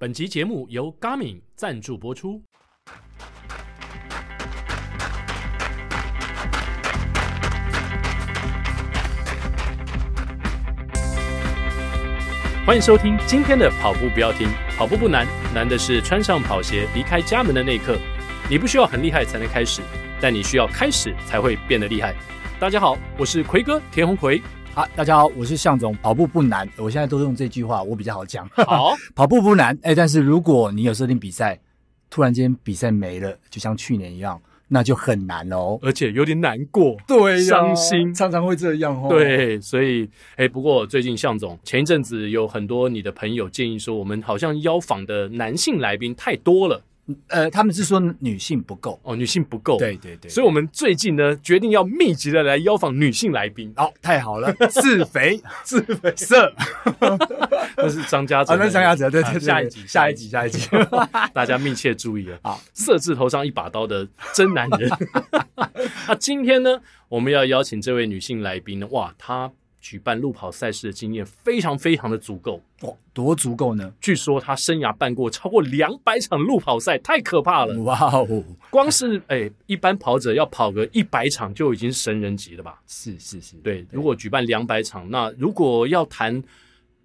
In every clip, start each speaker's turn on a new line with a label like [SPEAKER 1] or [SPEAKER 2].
[SPEAKER 1] 本集节目由 Garmin 赞助播出。欢迎收听今天的跑步不要停，跑步不难，难的是穿上跑鞋离开家门的那一刻。你不需要很厉害才能开始，但你需要开始才会变得厉害。大家好，我是奎哥田鸿奎。
[SPEAKER 2] 好，大家好，我是向总。跑步不难，我现在都用这句话，我比较好讲。
[SPEAKER 1] 好，
[SPEAKER 2] 跑步不难，哎、但是如果你有设定比赛，突然间比赛没了，就像去年一样，那就很难哦。
[SPEAKER 1] 而且有点难过。
[SPEAKER 2] 对
[SPEAKER 1] 呀伤心
[SPEAKER 2] 常常会这样哦。，
[SPEAKER 1] 对，所以哎，不过最近向总前一阵子有很多你的朋友建议说，我们好像邀访的男性来宾太多了
[SPEAKER 2] 呃，他们是说女性不够。
[SPEAKER 1] 哦，女性不够。，
[SPEAKER 2] 对对对，，
[SPEAKER 1] 所以我们最近呢决定要密集的来邀访女性来宾
[SPEAKER 2] 好、太好了， 自肥
[SPEAKER 1] 自 费，
[SPEAKER 2] 色
[SPEAKER 1] 那是张 家泽
[SPEAKER 2] 啊，
[SPEAKER 1] 的，
[SPEAKER 2] 那张亚哲，对对对，
[SPEAKER 1] 下一集，
[SPEAKER 2] 下一集，，下一集。
[SPEAKER 1] 大家密切注意啊。
[SPEAKER 2] 好，
[SPEAKER 1] 色字头上一把刀的真男 人。那今天呢，我们要邀请这位女性来宾呢，哇，她举办路跑赛事的经验非常非常的足够。
[SPEAKER 2] 哇，多足够呢！
[SPEAKER 1] 据说他生涯办过超过两百场路跑赛，太可怕了。
[SPEAKER 2] 哇哦，
[SPEAKER 1] 光是哎，一般跑者要跑个一百场就已经神人级了吧？
[SPEAKER 2] 是是是，
[SPEAKER 1] 对，如果举办两百场，那如果要谈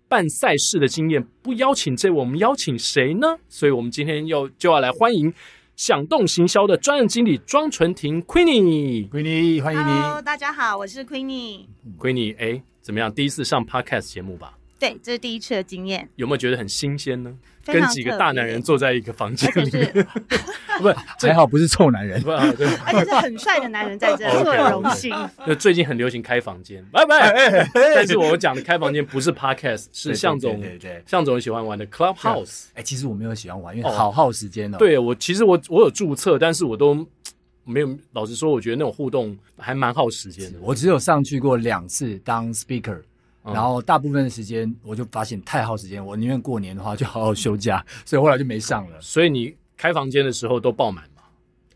[SPEAKER 1] 办赛事的经验，不邀请这位，我们邀请谁呢？所以我们今天要就要来欢迎响动行销的专任经理庄纯婷 Queenie。
[SPEAKER 2] ，Queenie，欢迎你。
[SPEAKER 3] Hello，大家好，我是 Queenie。
[SPEAKER 1] Queenie，哎，怎么样？第一次上 Podcast 节目吧？
[SPEAKER 3] 对，这是第一次的经验，
[SPEAKER 1] 有没有觉得很新鲜呢？
[SPEAKER 3] 非
[SPEAKER 1] 跟
[SPEAKER 3] 常
[SPEAKER 1] 几个
[SPEAKER 3] 特
[SPEAKER 1] 大
[SPEAKER 3] 别
[SPEAKER 1] 男人，坐在一个房间
[SPEAKER 3] 而且
[SPEAKER 1] 里面，
[SPEAKER 3] 是
[SPEAKER 1] 不是这
[SPEAKER 2] 还好不是臭男 人。
[SPEAKER 1] 不啊对。
[SPEAKER 3] 而且是很帅的男人在这
[SPEAKER 1] OK，，
[SPEAKER 3] 是我的荣幸。
[SPEAKER 1] 那最近很流行开房间，拜
[SPEAKER 2] 哎
[SPEAKER 1] 拜。但是我讲的开房间不是 podcast，是向总
[SPEAKER 2] 对对对对
[SPEAKER 1] 向总喜欢玩的 Clubhouse。
[SPEAKER 2] 哎、其实我没有喜欢玩，因为
[SPEAKER 1] 哦
[SPEAKER 2] 好耗时间哦。，
[SPEAKER 1] 对我其实我我有注册，但是我都嘖没有。老实说，我觉得那种互动还蛮耗时间的。
[SPEAKER 2] 我只有上去过两次当 speaker，、
[SPEAKER 1] 嗯
[SPEAKER 2] 然后大部分的时间我就发现太耗时间，我宁愿过年的话就好好休假，所以后来就没上了。
[SPEAKER 1] 所以你开房间的时候都爆满嘛？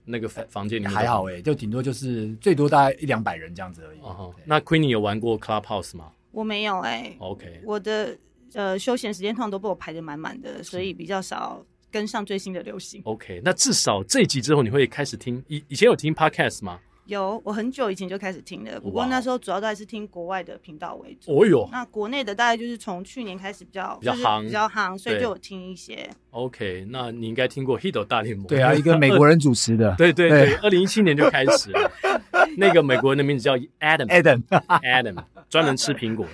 [SPEAKER 1] 那个房房间里面都
[SPEAKER 2] 还好哎、就顶多就是最多大概一两百人这样子而已。
[SPEAKER 1] 哦吼
[SPEAKER 2] 对
[SPEAKER 1] 那 Queenie 有玩过 Clubhouse 吗
[SPEAKER 3] 我没有哎、
[SPEAKER 1] ？OK，
[SPEAKER 3] 我的呃休闲时间通常都被我排得满满的，所以比较少跟上最新的流行。
[SPEAKER 1] OK，那至少这一集之后你会开始听，以以前有听 podcast 吗？
[SPEAKER 3] 有，我很久以前就开始听了，不
[SPEAKER 1] 哇
[SPEAKER 3] 过那时候主要都还是听国外的频道为主。
[SPEAKER 1] 哦哟
[SPEAKER 3] 那国内的大概就是从去年开始比较
[SPEAKER 1] 比较
[SPEAKER 3] 就是
[SPEAKER 1] 夯
[SPEAKER 3] 比较夯，所以
[SPEAKER 1] 对
[SPEAKER 3] 就有听一些。
[SPEAKER 1] ，OK，那你应该听过 Hito 大联盟。
[SPEAKER 2] 对啊，一个美国人主持 的
[SPEAKER 1] 对对
[SPEAKER 2] 对
[SPEAKER 1] 对，二零一七年就开始 了。那个美国人的名字叫 Adam
[SPEAKER 2] Adam，
[SPEAKER 1] Adam，专门吃苹果，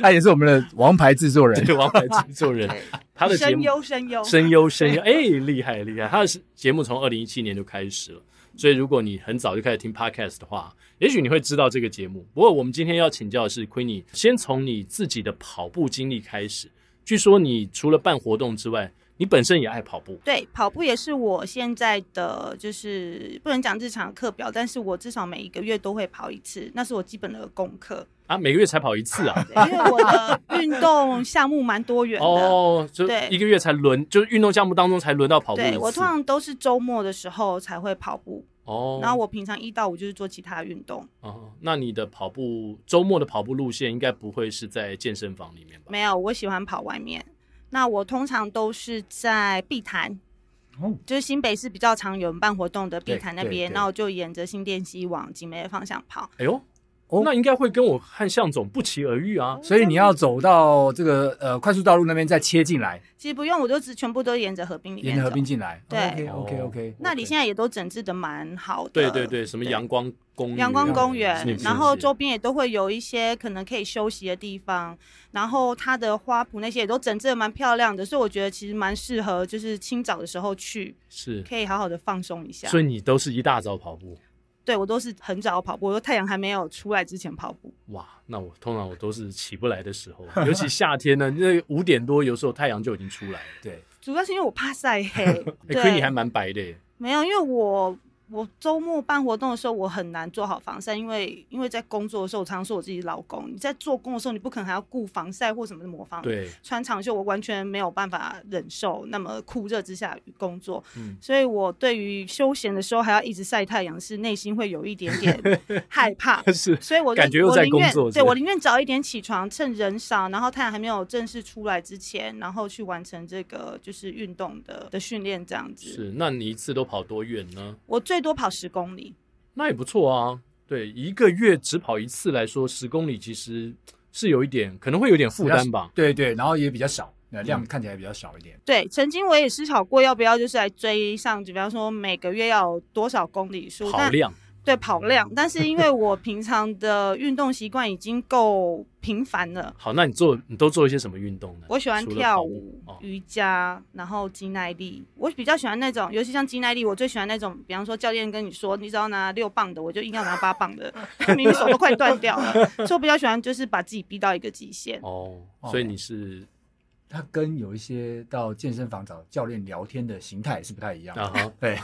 [SPEAKER 2] 他也是我们的王牌制作人。
[SPEAKER 1] 对，王牌制作人
[SPEAKER 3] 对。
[SPEAKER 1] 他的节
[SPEAKER 3] 声
[SPEAKER 1] 目
[SPEAKER 3] 优，声优，
[SPEAKER 1] 声优声优，哎，厉害厉害！他的节目从二零一七年就开始了，所以如果你很早就开始听 podcast 的话，也许你会知道这个节目。不过我们今天要请教的是 Queenie，先从你自己的跑步经历开始。据说你除了办活动之外，你本身也爱跑步。
[SPEAKER 3] 对，跑步也是我现在的，就是不能讲日常的课表，但是我至少每一个月都会跑一次，那是我基本的功课。
[SPEAKER 1] 啊，每个月才跑一次啊！
[SPEAKER 3] 对因为我 的运动项目蛮多元的，
[SPEAKER 1] 哦，就
[SPEAKER 3] 对
[SPEAKER 1] 一个月才轮，就是运动项目当中才轮到跑步一
[SPEAKER 3] 对
[SPEAKER 1] 次。
[SPEAKER 3] 我通常都是周末的时候才会跑步，
[SPEAKER 1] 哦，
[SPEAKER 3] 然后我平常一到五就是做其他运动。
[SPEAKER 1] 哦，那你的跑步周末的跑步路线应该不会是在健身房里面吧？
[SPEAKER 3] 没有，我喜欢跑外面。那我通常都是在碧潭，
[SPEAKER 2] 哦
[SPEAKER 3] 就是新北市比较常有人办活动的碧
[SPEAKER 2] 对
[SPEAKER 3] 潭那
[SPEAKER 2] 对
[SPEAKER 3] 边，
[SPEAKER 2] 对
[SPEAKER 3] 那我就沿着新店溪往景美的方向跑。
[SPEAKER 1] 哎呦，
[SPEAKER 2] 哦
[SPEAKER 1] 那应该会跟我和向总不期而遇啊！
[SPEAKER 2] 所以你要走到这个呃快速道路那边再切进来，
[SPEAKER 3] 其实不用，我就只全部都沿着河滨里
[SPEAKER 2] 沿
[SPEAKER 3] 面
[SPEAKER 2] 着
[SPEAKER 3] 走。
[SPEAKER 2] 河滨进来。
[SPEAKER 3] 对
[SPEAKER 2] OK OK，
[SPEAKER 3] 那里现在也都整治的蛮好的，
[SPEAKER 1] 对对对，什么阳嗯光公寓啊
[SPEAKER 3] 阳光公
[SPEAKER 1] 是是
[SPEAKER 3] 园，
[SPEAKER 1] 是
[SPEAKER 3] 然后周边也都会有一些可能可以休息的地方，然后它的花圃那些也都整治的蛮漂亮的，所以我觉得其实蛮适合，就是清早的时候去，
[SPEAKER 1] 是，
[SPEAKER 3] 可以好好的放松一下。
[SPEAKER 1] 所以你都是一大早跑步
[SPEAKER 3] 对我都是很早跑步，我都太阳还没有出来之前跑步。
[SPEAKER 1] 哇？那我通常我都是起不来的时 候，尤其夏天呢，那五点多有时候太阳就已经出来了。，
[SPEAKER 2] 对
[SPEAKER 3] 主要是因为我怕晒黑
[SPEAKER 1] 哎，亏你还
[SPEAKER 3] 对，
[SPEAKER 1] 蛮白的耶，
[SPEAKER 3] 没有，因为我我周末办活动的时候，我很难做好防晒，因为因为在工作的时候，我常说我自己老公，你在做工的时候，你不可能还要顾防晒或什么抹防
[SPEAKER 1] 对，
[SPEAKER 3] 穿长袖，我完全没有办法忍受那么酷热之下工作，
[SPEAKER 1] 嗯
[SPEAKER 3] 所以我对于休闲的时候还要一直晒太阳，是内心会有一点 点害怕。
[SPEAKER 1] 是
[SPEAKER 3] 所以我就
[SPEAKER 1] 感觉又
[SPEAKER 3] 我
[SPEAKER 1] 在
[SPEAKER 3] 宁
[SPEAKER 1] 工
[SPEAKER 3] 愿
[SPEAKER 1] 作是
[SPEAKER 3] 对
[SPEAKER 1] 不是
[SPEAKER 3] 我宁愿早一点起床，趁人少，然后太阳还没有正式出来之前，然后去完成这个就是运动的的训练这样子。
[SPEAKER 1] 是，那你一次都跑多远呢？
[SPEAKER 3] 我最多跑十公里，
[SPEAKER 1] 那也不错啊。对，一个月只跑一次来说，十公里其实是有一点，可能会有点负担吧。
[SPEAKER 2] 对对，然后也比较少，那量
[SPEAKER 1] 嗯
[SPEAKER 2] 看起来比较少一点。
[SPEAKER 3] 对，曾经我也思考过要不要就是来追上，比方说每个月要有多少公里数，
[SPEAKER 1] 跑
[SPEAKER 3] 但
[SPEAKER 1] 量，
[SPEAKER 3] 对跑量，但是因为我平常的运动习惯已经够频繁了，
[SPEAKER 1] 好，那你做你都做一些什么运动呢？
[SPEAKER 3] 我喜欢
[SPEAKER 1] 除了
[SPEAKER 3] 跳
[SPEAKER 1] 跑
[SPEAKER 3] 舞、
[SPEAKER 1] 步哦
[SPEAKER 3] 瑜伽，然后肌耐力。我比较喜欢那种，尤其像肌耐力，我最喜欢那种，比方说教练跟你说你只要拿六磅的，我就硬要拿八磅的，明明手都快断掉了。 所以我比较喜欢就是把自己逼到一个极限。
[SPEAKER 1] 哦，
[SPEAKER 2] 哦
[SPEAKER 1] 所以你是
[SPEAKER 2] 它跟有一些到健身房找教练聊天的形态是不太一样的。
[SPEAKER 1] 啊哈，
[SPEAKER 2] 对，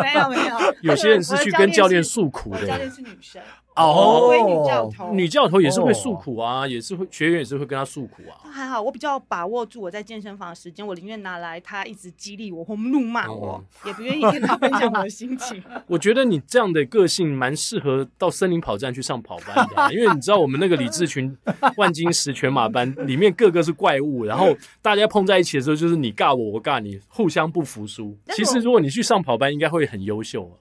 [SPEAKER 3] 没有没有，
[SPEAKER 1] 有些人是去跟教练诉苦
[SPEAKER 3] 我的教练
[SPEAKER 1] 的，
[SPEAKER 3] 是女生，
[SPEAKER 1] 哦
[SPEAKER 3] 我是女教头，
[SPEAKER 1] 女教头也是会诉苦啊，也是会学员也是会跟他诉苦啊。
[SPEAKER 3] 还好，我比较把握住我在健身房的时间，我宁愿拿来他一直激励我或怒骂我，
[SPEAKER 1] 哦
[SPEAKER 3] 也不愿意跟他分享我的心 情。
[SPEAKER 1] 我觉得你这样的个性蛮适合到森林跑站去上跑班的啊、 因为你知道我们那个李志群万金石全马 班里面个个是怪物，然后大家碰在一起的时候就是你尬我，我尬你，互相不服输。
[SPEAKER 3] 但是
[SPEAKER 1] 其
[SPEAKER 3] 我
[SPEAKER 1] 实如果你去上跑班，应该会很优秀啊。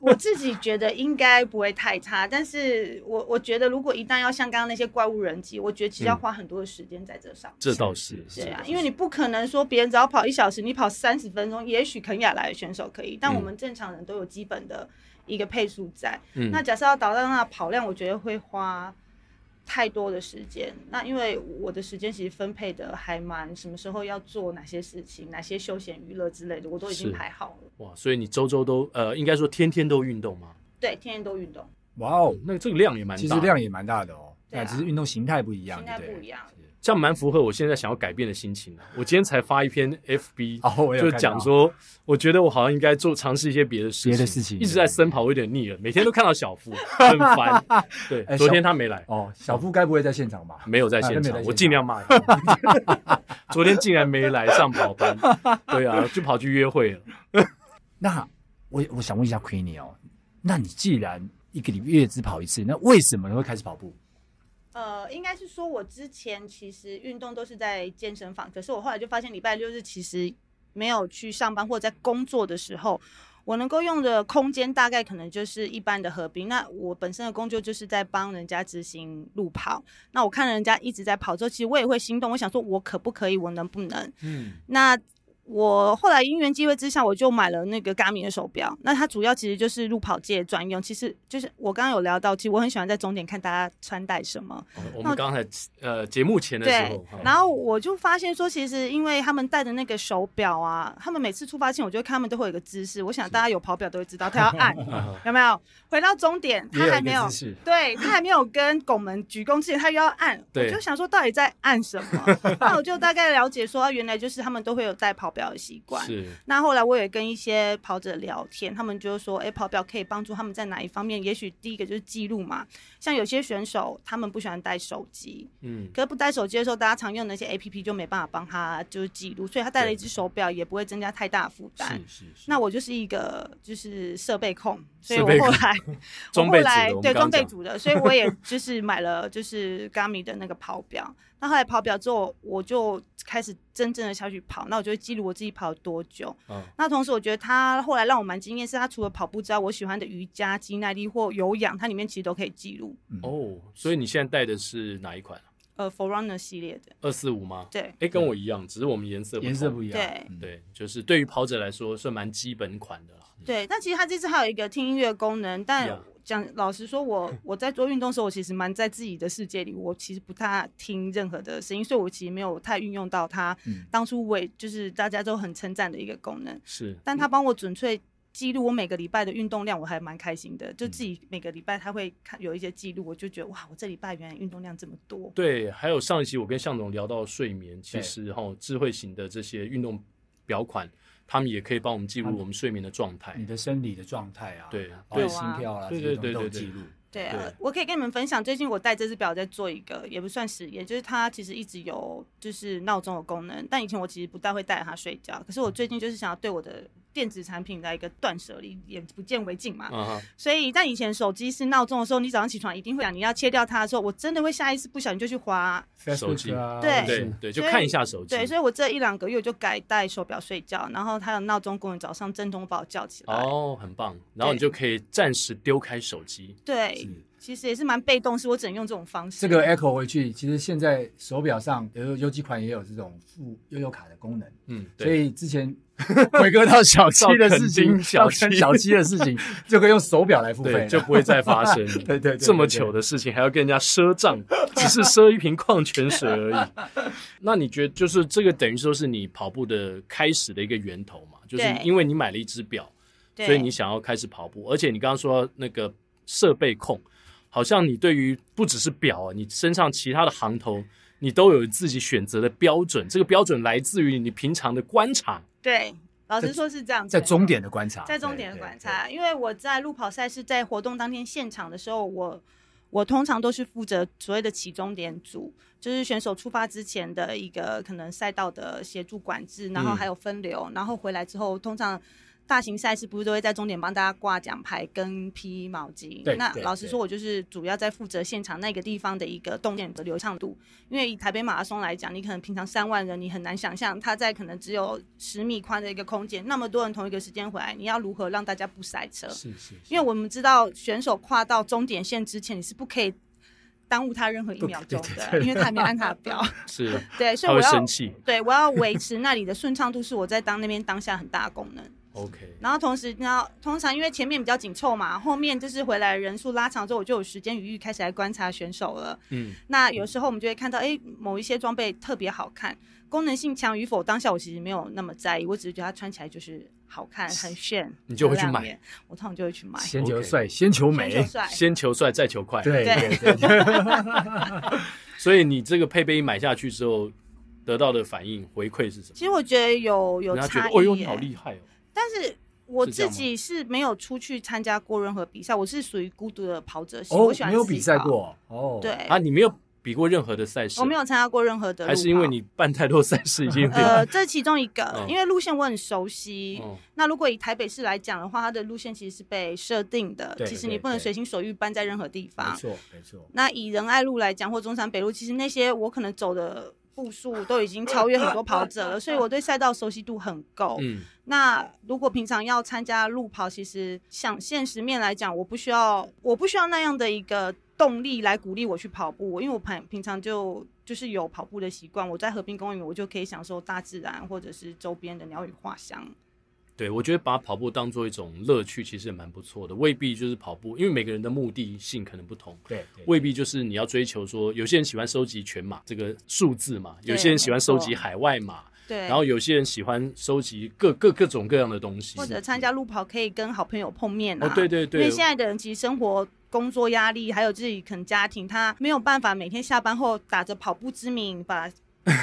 [SPEAKER 3] 我自己觉得应该不会太差，但是我我觉得如果一旦要像刚刚那些怪物人机，我觉得
[SPEAKER 1] 嗯
[SPEAKER 3] 其实要花很多的时间在这上面。
[SPEAKER 1] 这倒是，
[SPEAKER 2] 是
[SPEAKER 3] 对啊，
[SPEAKER 1] 是
[SPEAKER 3] 因为你不可能说别人只要跑一小时，你跑三十分钟，也许肯亚来的选手可以，但
[SPEAKER 1] 嗯
[SPEAKER 3] 我们正常人都有基本的一个配速在。
[SPEAKER 1] 嗯
[SPEAKER 3] 那假设要达到那跑量，我觉得会花太多的时间。那因为我的时间其实分配的还蛮，什么时候要做哪些事情，哪些休闲娱乐之类的，我都已经
[SPEAKER 1] 是
[SPEAKER 3] 排好了。
[SPEAKER 1] 哇，所以你周周都呃，应该说天天都运动吗？
[SPEAKER 3] 对，天天都运动，
[SPEAKER 2] 哇哦，
[SPEAKER 1] 那这个量也蛮大，
[SPEAKER 2] 其实量也蛮大的哦。
[SPEAKER 3] 对啊
[SPEAKER 2] 那只是运动形态不一样，
[SPEAKER 3] 现在
[SPEAKER 2] 对
[SPEAKER 3] 不
[SPEAKER 2] 对
[SPEAKER 3] 一样。
[SPEAKER 1] 这样蛮符合我现在想要改变的心情的。我今天才发一篇 FB，、
[SPEAKER 2] 哦，我有
[SPEAKER 1] 就
[SPEAKER 2] 看
[SPEAKER 1] 讲
[SPEAKER 2] 到
[SPEAKER 1] 说，我觉得我好像应该做尝试一些别的事情，
[SPEAKER 2] 别的事情
[SPEAKER 1] 一直在森跑，我有点腻了，每天都看到小夫，很 烦。对，
[SPEAKER 2] 哎
[SPEAKER 1] 昨
[SPEAKER 2] 小
[SPEAKER 1] 天他没来，
[SPEAKER 2] 哦，小夫该不会在现场吧？
[SPEAKER 1] 没有在
[SPEAKER 2] 啊
[SPEAKER 1] 现
[SPEAKER 2] 他没有
[SPEAKER 1] 场
[SPEAKER 2] 在，现
[SPEAKER 1] 我
[SPEAKER 2] 场
[SPEAKER 1] 尽量骂他。 昨天竟然没来上跑班，对啊，就跑去约会了。
[SPEAKER 2] 那我我想问一下 Queenie 哦，那你既然一个月只跑一次，那为什么你会开始跑步？
[SPEAKER 3] 呃，应该是说我之前其实运动都是在健身房，可是我后来就发现礼拜六日其实没有去上班或者在工作的时候，我能够用的空间大概可能就是一般的合并。那我本身的工作就是在帮人家执行路跑，那我看人家一直在跑之后，其实我也会心动，我想说我可不可以，我能不能？
[SPEAKER 1] 嗯，
[SPEAKER 3] 那我后来因缘机会之下，我就买了那个 Garmin 的手表。那它主要其实就是路跑界专用。其实就是我刚刚有聊到，其实我很喜欢在终点看大家穿戴什么。
[SPEAKER 1] 哦我们刚才呃节目前的时
[SPEAKER 3] 对
[SPEAKER 1] 候，哈，
[SPEAKER 3] 然后我就发现说，其实因为他们戴的那个手表啊，他们每次出发前，我就会看他们都会有一个姿势。我想大家有跑表都会知道， 他要按
[SPEAKER 1] 啊
[SPEAKER 3] 有没有？回到终点，他还没有。
[SPEAKER 2] 势，
[SPEAKER 3] 对他还没有跟拱门鞠躬之前，他又要按，我
[SPEAKER 1] 对
[SPEAKER 3] 就想说到底在按什么？ 那我就大概了解说，啊原来就是他们都会有戴跑表的习惯。
[SPEAKER 1] 是
[SPEAKER 3] 那后来我也跟一些跑者聊天，他们就说，哎、跑表可以帮助他们在哪一方面？也许第一个就是记录嘛，像有些选手他们不喜欢带手机，
[SPEAKER 1] 嗯
[SPEAKER 3] 可是不带手机的时候，大家常用的那些 A P P 就没办法帮他就是记录，所以他带了一只手表也不会增加太大负担。
[SPEAKER 1] 是是是，
[SPEAKER 3] 那我就是一个就是设备控，所以
[SPEAKER 1] 设
[SPEAKER 3] 我
[SPEAKER 1] 备控
[SPEAKER 3] 后来我
[SPEAKER 1] 装
[SPEAKER 3] 后
[SPEAKER 1] 备组
[SPEAKER 3] 来
[SPEAKER 1] 的，我们
[SPEAKER 3] 对
[SPEAKER 1] 刚刚
[SPEAKER 3] 装备
[SPEAKER 1] 讲
[SPEAKER 3] 组的，所以我也就是买了就是 Gami 的那个跑表。那后来跑表之后，我就开始真正的下去跑，那我就会记录我自己跑多久。
[SPEAKER 1] 嗯
[SPEAKER 3] 那同时，我觉得它后来让我蛮惊艳，是它除了跑步之外，我喜欢的瑜伽、肌耐力或有氧，它里面其实都可以记录。
[SPEAKER 1] 哦，所以你现在戴的是哪一款？
[SPEAKER 3] 呃，Forerunner 系列的，
[SPEAKER 1] 二四五吗？
[SPEAKER 3] 对
[SPEAKER 1] 哎，跟我一样，只是我们颜色
[SPEAKER 2] 颜色
[SPEAKER 1] 同
[SPEAKER 2] 不一样。
[SPEAKER 3] 对
[SPEAKER 2] 嗯，
[SPEAKER 1] 对，就是对于跑者来说算蛮基本款的啦。嗯
[SPEAKER 3] 对。但其实它这次还有一个听音乐功能，但
[SPEAKER 1] Yeah
[SPEAKER 3] 讲老实说我，我在做运动的时候，我其实蛮在自己的世界里，我其实不太听任何的声音，所以我其实没有太运用到它
[SPEAKER 2] 嗯
[SPEAKER 3] 当初我也就是大家都很称赞的一个功能。
[SPEAKER 1] 是，
[SPEAKER 3] 但它帮我准确记录我每个礼拜的运动量，我还蛮开心的。就自己每个礼拜它会看有一些记录，我就觉得哇，我这礼拜原来运动量这么多。
[SPEAKER 1] 对。还有上一期我跟向总聊到睡眠，其
[SPEAKER 2] 对
[SPEAKER 1] 实哈、智慧型的这些运动表款，他们也可以帮我们记
[SPEAKER 2] 嗯
[SPEAKER 1] 录我们睡眠的状态
[SPEAKER 2] 你。的生理的状态啊，
[SPEAKER 1] 对
[SPEAKER 2] 包括
[SPEAKER 3] 对
[SPEAKER 2] 心跳啊啦，这
[SPEAKER 1] 对对
[SPEAKER 2] 些东西
[SPEAKER 1] 对
[SPEAKER 2] 都有
[SPEAKER 1] 对对
[SPEAKER 2] 记录。
[SPEAKER 3] 对
[SPEAKER 1] 对
[SPEAKER 3] 啊，我可以跟你们分享，最近我戴这只表在做一个，也不算实验，就是它其实一直有就是闹钟的功能，但以前我其实不大会带着它睡觉，可是我最近就是想要对我的电子产品来一个断舍离，也不见为净嘛。
[SPEAKER 1] 嗯哼，
[SPEAKER 3] 所以在以前手机是闹钟的时候，你早上起床一定会想你要切掉它的时候，我真的会下意识不小心就去滑。
[SPEAKER 1] 手机
[SPEAKER 2] Facebook 啊
[SPEAKER 3] 对
[SPEAKER 1] 对对，就看一下手机。
[SPEAKER 3] 对，所以我这一两个月就改戴手表睡觉，然后它有闹钟功能，早上震动把我叫起来。
[SPEAKER 1] 哦，很棒。然后你就可以暂时丢开手机。
[SPEAKER 3] 对
[SPEAKER 2] 是，
[SPEAKER 3] 其实也是蛮被动，是我只能用这种方式。
[SPEAKER 2] 这个 Echo 回去，其实现在手表上有有几款也有这种附悠悠卡的功能，
[SPEAKER 1] 嗯，
[SPEAKER 2] 所
[SPEAKER 1] 对，
[SPEAKER 2] 以 之前回归到小七的事情，
[SPEAKER 1] 照
[SPEAKER 2] 要
[SPEAKER 1] 肯定小七
[SPEAKER 2] 跟小七的事 情，就可以用手表来付费
[SPEAKER 1] 对，
[SPEAKER 2] 了，
[SPEAKER 1] 就不会再发生
[SPEAKER 2] 对对对对
[SPEAKER 1] 这么糗的事情，还要跟人家赊账，只是赊一瓶矿泉水而 已。那你觉得，就是这个等于说是你跑步的开始的一个源头嘛？就是
[SPEAKER 3] 对
[SPEAKER 1] 因为你买了一只表，
[SPEAKER 3] 对，
[SPEAKER 1] 所以你想要开始跑步，而且你刚刚说那个设备控，好像你对于不只是表啊，你身上其他的行头，你都有自己选择的标准。这个标准来自于你平常的观察。
[SPEAKER 3] 对，老实说是这样子。
[SPEAKER 2] 在终点的观察，
[SPEAKER 3] 在终点的观察，因为我在路跑赛事在活动当天现场的时候，我我通常都是负责所谓的起终点组，就是选手出发之前的一个可能赛道的协助管制，然后
[SPEAKER 2] 嗯
[SPEAKER 3] 还有分流，然后回来之后，通常大型赛事不是都会在终点帮大家挂奖牌跟披毛巾
[SPEAKER 2] 对？
[SPEAKER 3] 那
[SPEAKER 2] 对
[SPEAKER 3] 老实
[SPEAKER 2] 对
[SPEAKER 3] 说，我就是主要在负责现场那个地方的一个动线的流畅度，因为以台北马拉松来讲，你可能平常三万人，你很难想象它在可能只有十米宽的一个空间，那么多人同一个时间回来，你要如何让大家不塞车？
[SPEAKER 2] 对，是是，
[SPEAKER 3] 因为我们知道选手跨到终点线之前，你是不可以耽误他任何一秒钟
[SPEAKER 2] 对对
[SPEAKER 3] 的，
[SPEAKER 2] 对
[SPEAKER 3] 因为他还没按他的 表。
[SPEAKER 1] 是，
[SPEAKER 3] 对，所以
[SPEAKER 1] 他
[SPEAKER 3] 我
[SPEAKER 1] 会
[SPEAKER 3] 要
[SPEAKER 1] 生气。
[SPEAKER 3] 对我要维持那里的顺畅度，是我在当那边当下很大的功能。
[SPEAKER 1] OK，
[SPEAKER 3] 然后同时，然后通常因为前面比较紧凑嘛，后面就是回来人数拉长之后，我就有时间余裕开始来观察选手了。
[SPEAKER 1] 嗯，
[SPEAKER 3] 那有时候我们就会看到，哎，某一些装备特别好看，功能性强与否，当下我其实没有那么在意，我只是觉得它穿起来就是好看，很炫，
[SPEAKER 1] 你就会
[SPEAKER 3] 很
[SPEAKER 1] 去
[SPEAKER 3] 亮
[SPEAKER 1] 买
[SPEAKER 3] 眼，我通常就会去买。
[SPEAKER 2] 先求
[SPEAKER 1] OK
[SPEAKER 2] 帅，先求
[SPEAKER 3] 先
[SPEAKER 2] 美
[SPEAKER 3] 求，帅，
[SPEAKER 1] 先求帅再求快。，
[SPEAKER 2] 对
[SPEAKER 3] 对
[SPEAKER 2] 对对，
[SPEAKER 1] 所以你这个配备一买下去之后，得到的反应回馈是什么？
[SPEAKER 3] 其实我觉得有有
[SPEAKER 1] 人家觉
[SPEAKER 3] 差
[SPEAKER 1] 得，
[SPEAKER 3] 异、
[SPEAKER 1] 哦
[SPEAKER 3] 耶
[SPEAKER 1] 呦，你好厉害哦。
[SPEAKER 3] 但是我
[SPEAKER 1] 是这
[SPEAKER 3] 自
[SPEAKER 1] 样吗
[SPEAKER 3] 己是没有出去参加过任何比赛，我是属于孤独的跑者型，
[SPEAKER 2] 哦
[SPEAKER 3] 我喜，欢
[SPEAKER 2] 没有
[SPEAKER 3] 自己
[SPEAKER 2] 比赛
[SPEAKER 3] 跑，
[SPEAKER 2] 过哦，
[SPEAKER 3] 对，，
[SPEAKER 1] 啊，你没有比过任何的赛事，
[SPEAKER 3] 哎我没有参加过任何的路跑，
[SPEAKER 1] 还是因为你办太多赛事已经变。
[SPEAKER 3] 呃，这其中一个，
[SPEAKER 1] 嗯
[SPEAKER 3] 因为路线我很熟悉，
[SPEAKER 1] 哦
[SPEAKER 3] 那如果以台北市来讲的话，它的路线其实是被设定的，
[SPEAKER 2] 对
[SPEAKER 3] 其实你
[SPEAKER 2] 对
[SPEAKER 3] 不能
[SPEAKER 2] 对
[SPEAKER 3] 随心所欲搬在任何地
[SPEAKER 2] 没
[SPEAKER 3] 方。
[SPEAKER 2] 错没错，
[SPEAKER 3] 那以仁爱路来讲，或中山北路，其实那些我可能走的步数都已经超越很多跑者了，所以我对赛道熟悉度很够。
[SPEAKER 1] 嗯，
[SPEAKER 3] 那如果平常要参加路跑，其实想现实面来讲，我不需要，我不需要那样的一个动力来鼓励我去跑步，因为我平平常就就是有跑步的习惯，我在和平公园我就可以享受大自然或者是周边的鸟语花香。
[SPEAKER 1] 对，我觉得把跑步当做一种乐趣，其实也蛮不错的。未必就是跑步，因为每个人的目的性可能不同，
[SPEAKER 2] 对对
[SPEAKER 1] 未必就是你要追求说，有些人喜欢收集全马这个数字嘛，
[SPEAKER 3] 对
[SPEAKER 1] 有些人喜欢收集
[SPEAKER 3] 没
[SPEAKER 1] 海外马，
[SPEAKER 3] 对，
[SPEAKER 1] 然后有些人喜欢收集各各各种各样的东西，
[SPEAKER 3] 或者参加路跑可以跟好朋友碰面啊。
[SPEAKER 1] 哦对对对
[SPEAKER 3] 因为现在的人其实生活、工作压力，还有自己可能家庭，他没有办法每天下班后打着跑步之名 把。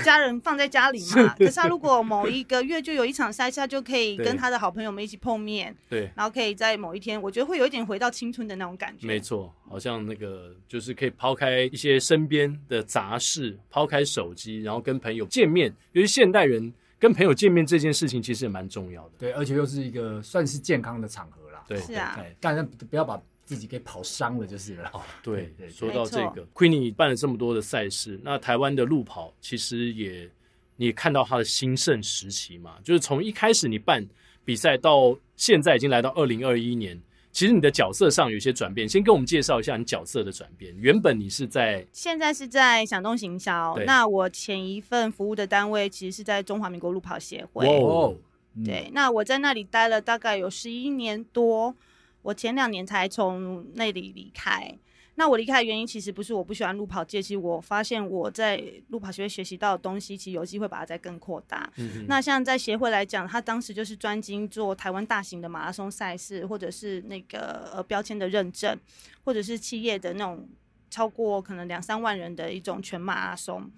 [SPEAKER 3] 家人放在家里嘛，可是他如果某一个月就有一场赛事，他就可以
[SPEAKER 1] 对
[SPEAKER 3] 跟他的好朋友们一起碰面，
[SPEAKER 1] 对。
[SPEAKER 3] 然后可以在某一天，我觉得会有一点回到青春的那种感觉。
[SPEAKER 1] 没错，好像那个就是可以抛开一些身边的杂事，抛开手机，然后跟朋友见面。尤其现代人跟朋友见面这件事情，其实也蛮重要的。
[SPEAKER 2] 对，而且又是一个算是健康的场合啦，
[SPEAKER 1] 对
[SPEAKER 3] 是啊，
[SPEAKER 2] 对，当然不不要把自己给跑伤了就是了，
[SPEAKER 1] 哦，对
[SPEAKER 2] 对对，
[SPEAKER 1] 说
[SPEAKER 3] 没
[SPEAKER 1] 到这
[SPEAKER 3] 错
[SPEAKER 1] 个，Queenie 办了这么多的赛事，那台湾的路跑其实也你也看到它的兴盛时期嘛，就是从一开始你办比赛到现在已经来到二零二一年，其实你的角色上有一些转变，先跟我们介绍一下你角色的转变。原本你是在
[SPEAKER 3] 现在是在响动行销
[SPEAKER 1] 对，
[SPEAKER 3] 那我前一份服务的单位其实是在中华民国路跑协会。
[SPEAKER 1] 哇哦
[SPEAKER 2] 哦，嗯，
[SPEAKER 3] 对，那我在那里待了大概有十一年多，我前两年才从那里离开。那我离开的原因其实不是我不喜欢路跑界，其实我发现我在路跑协会学习到的东西，其实有机会把它再更扩大。
[SPEAKER 1] 嗯
[SPEAKER 3] 那像在协会来讲，他当时就是专精做台湾大型的马拉松赛事，或者是那个呃标签的认证，或者是企业的那种超过可能两三万人的一种全马拉松。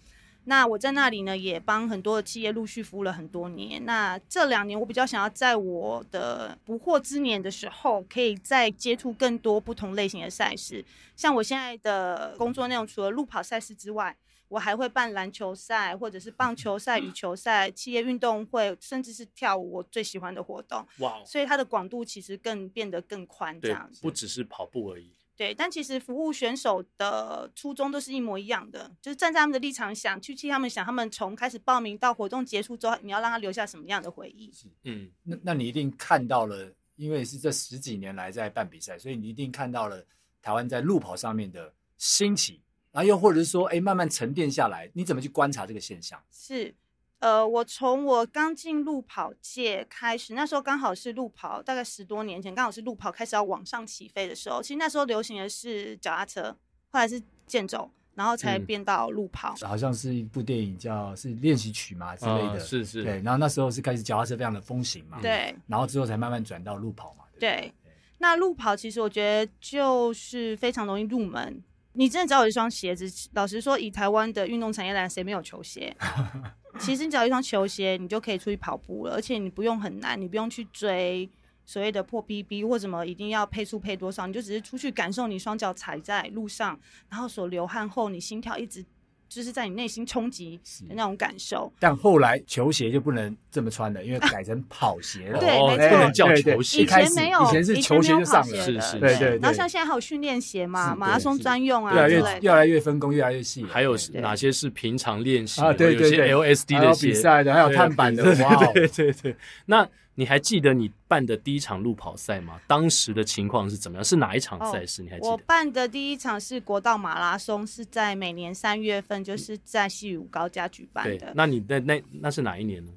[SPEAKER 3] 那我在那里呢，也帮很多的企业陆续服务了很多年。那这两年，我比较想要在我的不惑之年的时候，可以再接触更多不同类型的赛事。像我现在的工作内容，除了路跑赛事之外，我还会办篮球赛，或者
[SPEAKER 1] 嗯
[SPEAKER 3] 是棒球赛、羽球赛、企业运动会，甚至是跳舞，我最喜欢的活动。
[SPEAKER 1] 哇哦，
[SPEAKER 3] 所以它的广度其实更变得更宽，这
[SPEAKER 1] 对
[SPEAKER 3] 样，子
[SPEAKER 1] 不。只是跑步而已。
[SPEAKER 3] 对，但其实服务选手的初衷都是一模一样的，就是站在他们的立场想，去替他们想，他们从开始报名到活动结束之后，你要让他留下什么样的回忆？
[SPEAKER 1] 嗯，
[SPEAKER 2] 那那你一定看到了，因为是这十几年来在办比赛，所以你一定看到了台湾在路跑上面的兴起，然后又或者是说，哎，慢慢沉淀下来，你怎么去观察这个现象？
[SPEAKER 3] 是，呃，我从我刚进路跑界开始，那时候刚好是路跑，大概十多年前，刚好是路跑开始要往上起飞的时候。其实那时候流行的是脚踏车，后来是健走，然后才
[SPEAKER 1] 嗯
[SPEAKER 3] 变到路跑。
[SPEAKER 2] 好像是一部电影叫是练习曲嘛之类的，
[SPEAKER 1] 啊是是
[SPEAKER 2] 对。然后那时候是开始脚踏车非常的风行嘛，
[SPEAKER 1] 嗯。
[SPEAKER 3] 对，
[SPEAKER 2] 然后之后才慢慢转到路跑嘛，对不对
[SPEAKER 3] 对那路跑其实我觉得就是非常容易入门。你真的只要有一双鞋子，老实说，以台湾的运动产业来，谁没有球鞋？ 其实你只要有一双球鞋，你就可以出去跑步了，而且你不用很难，你不用去追所谓的破 PB 或什么一定要配速配多少，你就只是出去感受你双脚踩在路上，然后所流汗后，你心跳一直就是在你内心冲击
[SPEAKER 2] 是
[SPEAKER 3] 的那种感受。
[SPEAKER 2] 但后来球鞋就不能这么穿了，因为改成跑鞋了。
[SPEAKER 3] 对
[SPEAKER 1] 哦
[SPEAKER 3] 没错
[SPEAKER 1] 不能叫
[SPEAKER 2] 对对
[SPEAKER 1] 球
[SPEAKER 2] 一
[SPEAKER 1] 鞋
[SPEAKER 3] 以。
[SPEAKER 2] 开
[SPEAKER 3] 前
[SPEAKER 2] 始
[SPEAKER 3] 没有，
[SPEAKER 2] 以前是球鞋就上了
[SPEAKER 3] 以前没有跑鞋
[SPEAKER 1] 是
[SPEAKER 3] 的
[SPEAKER 1] 是
[SPEAKER 2] 对对
[SPEAKER 3] 然后
[SPEAKER 2] 对
[SPEAKER 3] 像现在还有训练鞋嘛，
[SPEAKER 2] 是
[SPEAKER 3] 马拉松专用啊
[SPEAKER 2] 越来
[SPEAKER 3] 之
[SPEAKER 2] 越
[SPEAKER 3] 类的。
[SPEAKER 2] 越来越分工，越来越细了。
[SPEAKER 1] 还有
[SPEAKER 2] 对
[SPEAKER 1] 哪些是平常练习？
[SPEAKER 2] 啊对对对
[SPEAKER 1] 有一些 LSD
[SPEAKER 2] 还
[SPEAKER 1] 的
[SPEAKER 2] 有
[SPEAKER 1] 鞋
[SPEAKER 2] 比赛的，还有
[SPEAKER 1] 对
[SPEAKER 2] 碳板的，
[SPEAKER 1] 对
[SPEAKER 2] 哇哦！
[SPEAKER 1] 对对对。那你还记得你办的第一场路跑赛吗？当时的情况是怎么样？是哪一场赛事？你还记
[SPEAKER 3] 哦我
[SPEAKER 1] 得？
[SPEAKER 3] 办的第一场是国道马拉松，是在每年三月份，就是在西屿五高家举办
[SPEAKER 1] 对，
[SPEAKER 3] 的，
[SPEAKER 1] 那你那那那是哪一年呢？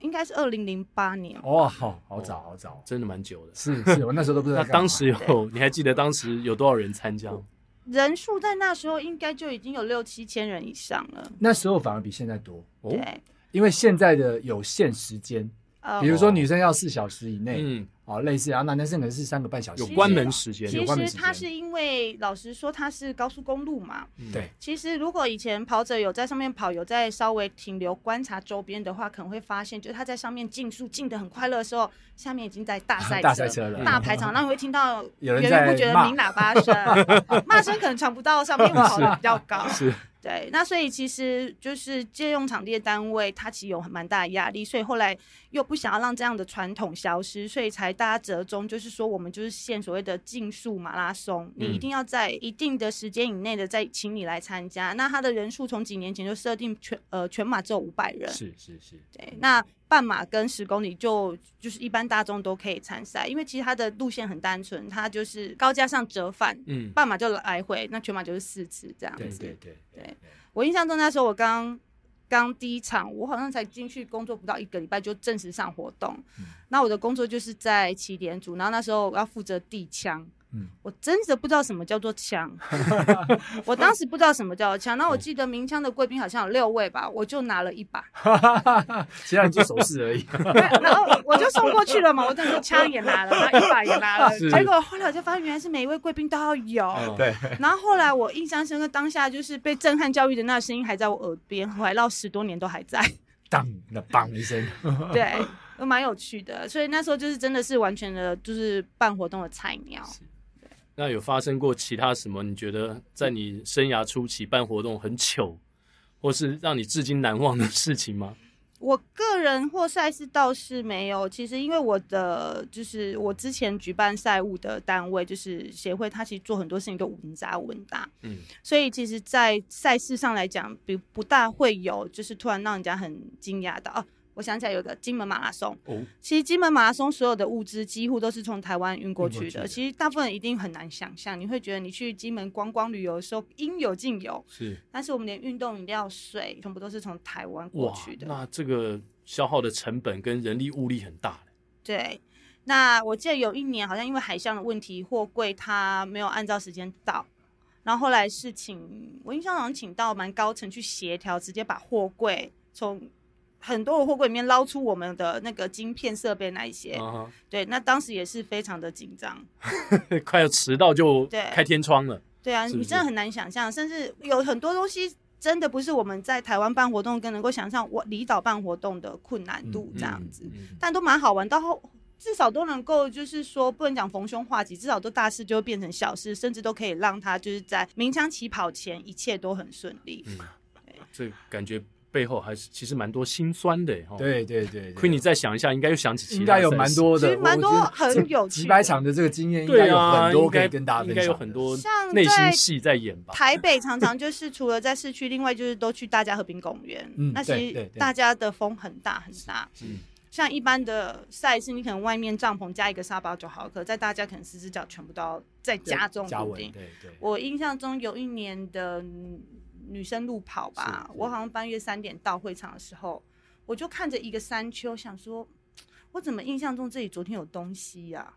[SPEAKER 3] 应该是二零零八
[SPEAKER 1] 哦
[SPEAKER 3] 年。
[SPEAKER 2] 哇，好好早，好早。
[SPEAKER 1] 真的蛮久的。
[SPEAKER 2] 是是，我那时候都不知道
[SPEAKER 1] 那
[SPEAKER 2] 在干嘛。
[SPEAKER 1] 当时有，你还记得当时有多少人参加吗？
[SPEAKER 3] 人数在那时候应该就已经有六七千人以上了。
[SPEAKER 2] 那时候反而比现在多，
[SPEAKER 1] 哦
[SPEAKER 3] 对，
[SPEAKER 2] 因为现在的有限时间，
[SPEAKER 3] 呃
[SPEAKER 2] 比，如说女生要四小时以内，
[SPEAKER 1] 嗯，
[SPEAKER 2] 哦，类似，然后男生可能是三个半小时以
[SPEAKER 1] 有
[SPEAKER 2] 内吧，
[SPEAKER 1] 关门时间
[SPEAKER 2] 有
[SPEAKER 3] 其
[SPEAKER 2] 关门
[SPEAKER 3] 实
[SPEAKER 2] 时
[SPEAKER 3] 它
[SPEAKER 2] 间
[SPEAKER 3] 是因为老实说，它是高速公路嘛。
[SPEAKER 1] 嗯
[SPEAKER 2] 对，
[SPEAKER 3] 其实如果以前跑者有在上面跑，有在稍微停留观察周边的话，可能会发现，就是他在上面竞速竞得很快乐的时候，下面已经在大赛
[SPEAKER 2] 啊大赛车了，嗯
[SPEAKER 3] 大排场，那你会听到
[SPEAKER 2] 有人
[SPEAKER 3] 源源不
[SPEAKER 2] 在
[SPEAKER 3] 绝的
[SPEAKER 2] 骂
[SPEAKER 3] 鸣喇叭声， 骂声可能传不到上 面，因为我跑得比较高。
[SPEAKER 1] 是
[SPEAKER 3] 对，那所以其实就是借用场地的单位，它其实有很蛮大的压力，所以后来又不想要让这样的传统消失，所以才大家折中，就是说我们就是限所谓的竞速马拉松，你
[SPEAKER 2] 嗯
[SPEAKER 3] 一定要在一定的时间以内的再请你来参加。那它的人数从几年前就设定全呃全马只有五百人，
[SPEAKER 1] 是是是，
[SPEAKER 3] 对，那半马跟十公里就就是一般大众都可以参赛，因为其实它的路线很单纯，它就是高架上折返，
[SPEAKER 1] 嗯，
[SPEAKER 3] 半马就来回，那全马就是四次这样
[SPEAKER 2] 对
[SPEAKER 3] 子。
[SPEAKER 2] 对对
[SPEAKER 3] 对我印象中那时候我刚刚第一场，我好像才进去工作不到一个礼拜就正式上活动，
[SPEAKER 2] 嗯
[SPEAKER 3] 那我的工作就是在起点组，然后那时候我要负责递枪。
[SPEAKER 2] 嗯
[SPEAKER 3] 我真的不知道什么叫做 枪，我当时不知道什么叫做枪。那我记得鸣枪的贵宾好像有六位吧，我就拿了一 把，
[SPEAKER 2] 对，其他人就手势而已，
[SPEAKER 3] 然后我就送过去了嘛，我那时候枪也拿了，然后一把也拿了，
[SPEAKER 1] 是
[SPEAKER 3] 结果后来我就发现原来是每一位贵宾都要有。
[SPEAKER 1] 嗯，
[SPEAKER 2] 呃对，
[SPEAKER 3] 然后后来我印象深刻，当下就是被震撼教育的那声音还在我耳边，怀绕十多年都还在，
[SPEAKER 2] 当那梆一声，
[SPEAKER 3] 对，都蛮有趣的。所以那时候就是真的是完全的，就是办活动的菜鸟。
[SPEAKER 1] 那有发生过其他什么？你觉得在你生涯初期办活动很糗，或是让你至今难忘的事情吗？
[SPEAKER 3] 我个人或赛事倒是没有，其实因为我的就是我之前举办赛务的单位就是协会，它其实做很多事情都稳扎稳打，
[SPEAKER 1] 嗯，
[SPEAKER 3] 所以其实，在赛事上来讲，比不大会有就是突然让人家很惊讶的哦。我想起来有个金门马拉松，
[SPEAKER 1] 哦，
[SPEAKER 3] 其实金门马拉松所有的物资几乎都是从台湾运过
[SPEAKER 2] 运
[SPEAKER 3] 去
[SPEAKER 2] 过去
[SPEAKER 3] 的，
[SPEAKER 2] 的
[SPEAKER 3] 其实大部分人一定很难想象，你会觉得你去金门观光旅游的时候应有尽有，
[SPEAKER 1] 是
[SPEAKER 3] 但是我们连运动饮料、水全部都是从台湾过
[SPEAKER 1] 哇
[SPEAKER 3] 去，的。
[SPEAKER 1] 那这个消耗的成本跟人力物力很大。
[SPEAKER 3] 对，那我记得有一年好像因为海象的问题，货柜它没有按照时间到，然后后来是请我印象好像请到蛮高层去协调，直接把货柜从很多的货柜里面捞出我们的那个晶片设备那一些。
[SPEAKER 1] 啊
[SPEAKER 3] 对，那当时也是非常的紧张。
[SPEAKER 1] 哈，快要迟到就
[SPEAKER 3] 对
[SPEAKER 1] 开天窗了。
[SPEAKER 3] 对啊，
[SPEAKER 1] 是不
[SPEAKER 3] 你真的
[SPEAKER 1] 是
[SPEAKER 3] 很难想象，甚至有很多东西真的不是我们在台湾办活动跟能够想象我离岛办活动的困难度这样子，
[SPEAKER 1] 嗯
[SPEAKER 3] 但都蛮好玩。到后至少都能够就是说不能讲逢凶化吉，至少都大事就会变成小事，甚至都可以让他就是在鸣枪起跑前一切都很顺利。
[SPEAKER 1] 嗯这感觉背后还是其实蛮多心酸的耶哈。
[SPEAKER 2] 对对对，
[SPEAKER 1] 亏
[SPEAKER 2] 亏
[SPEAKER 1] 你再想一下，应该又想哦起其他
[SPEAKER 2] 应该有
[SPEAKER 1] 赛
[SPEAKER 2] 蛮
[SPEAKER 1] 事
[SPEAKER 2] 多
[SPEAKER 3] 其
[SPEAKER 2] 的，
[SPEAKER 3] 实蛮
[SPEAKER 2] 我
[SPEAKER 3] 多
[SPEAKER 2] 觉得
[SPEAKER 3] 很
[SPEAKER 2] 这
[SPEAKER 3] 有趣
[SPEAKER 2] 几
[SPEAKER 3] 的
[SPEAKER 2] 百场的这个经验，应该
[SPEAKER 1] 对
[SPEAKER 2] 有
[SPEAKER 1] 啊，
[SPEAKER 2] 很多
[SPEAKER 1] 应该
[SPEAKER 2] 可以跟大家
[SPEAKER 1] 应
[SPEAKER 2] 分
[SPEAKER 1] 该
[SPEAKER 2] 享。
[SPEAKER 1] 有很，多
[SPEAKER 3] 像
[SPEAKER 1] 内心
[SPEAKER 3] 在
[SPEAKER 1] 戏在演吧。
[SPEAKER 3] 台北常常就是除了在市区，另外就是都去大家和平公园。
[SPEAKER 2] 嗯
[SPEAKER 3] 那
[SPEAKER 2] 对
[SPEAKER 3] 其
[SPEAKER 2] 对
[SPEAKER 3] 实
[SPEAKER 2] 对
[SPEAKER 3] 大家的风很大很大。
[SPEAKER 1] 嗯
[SPEAKER 3] 像一般的赛事，你可能外面帐篷加一个沙包就好，可在大家可能四只脚全部都要再加重
[SPEAKER 2] 加
[SPEAKER 3] 固
[SPEAKER 2] 稳，
[SPEAKER 3] 定
[SPEAKER 2] 对。对，
[SPEAKER 3] 我印象中有一年的女女生路跑吧
[SPEAKER 2] 是，是
[SPEAKER 3] 我好像半夜三点到会场的时候，我就看着一个山丘，想说，我怎么印象中这里昨天有东西呀、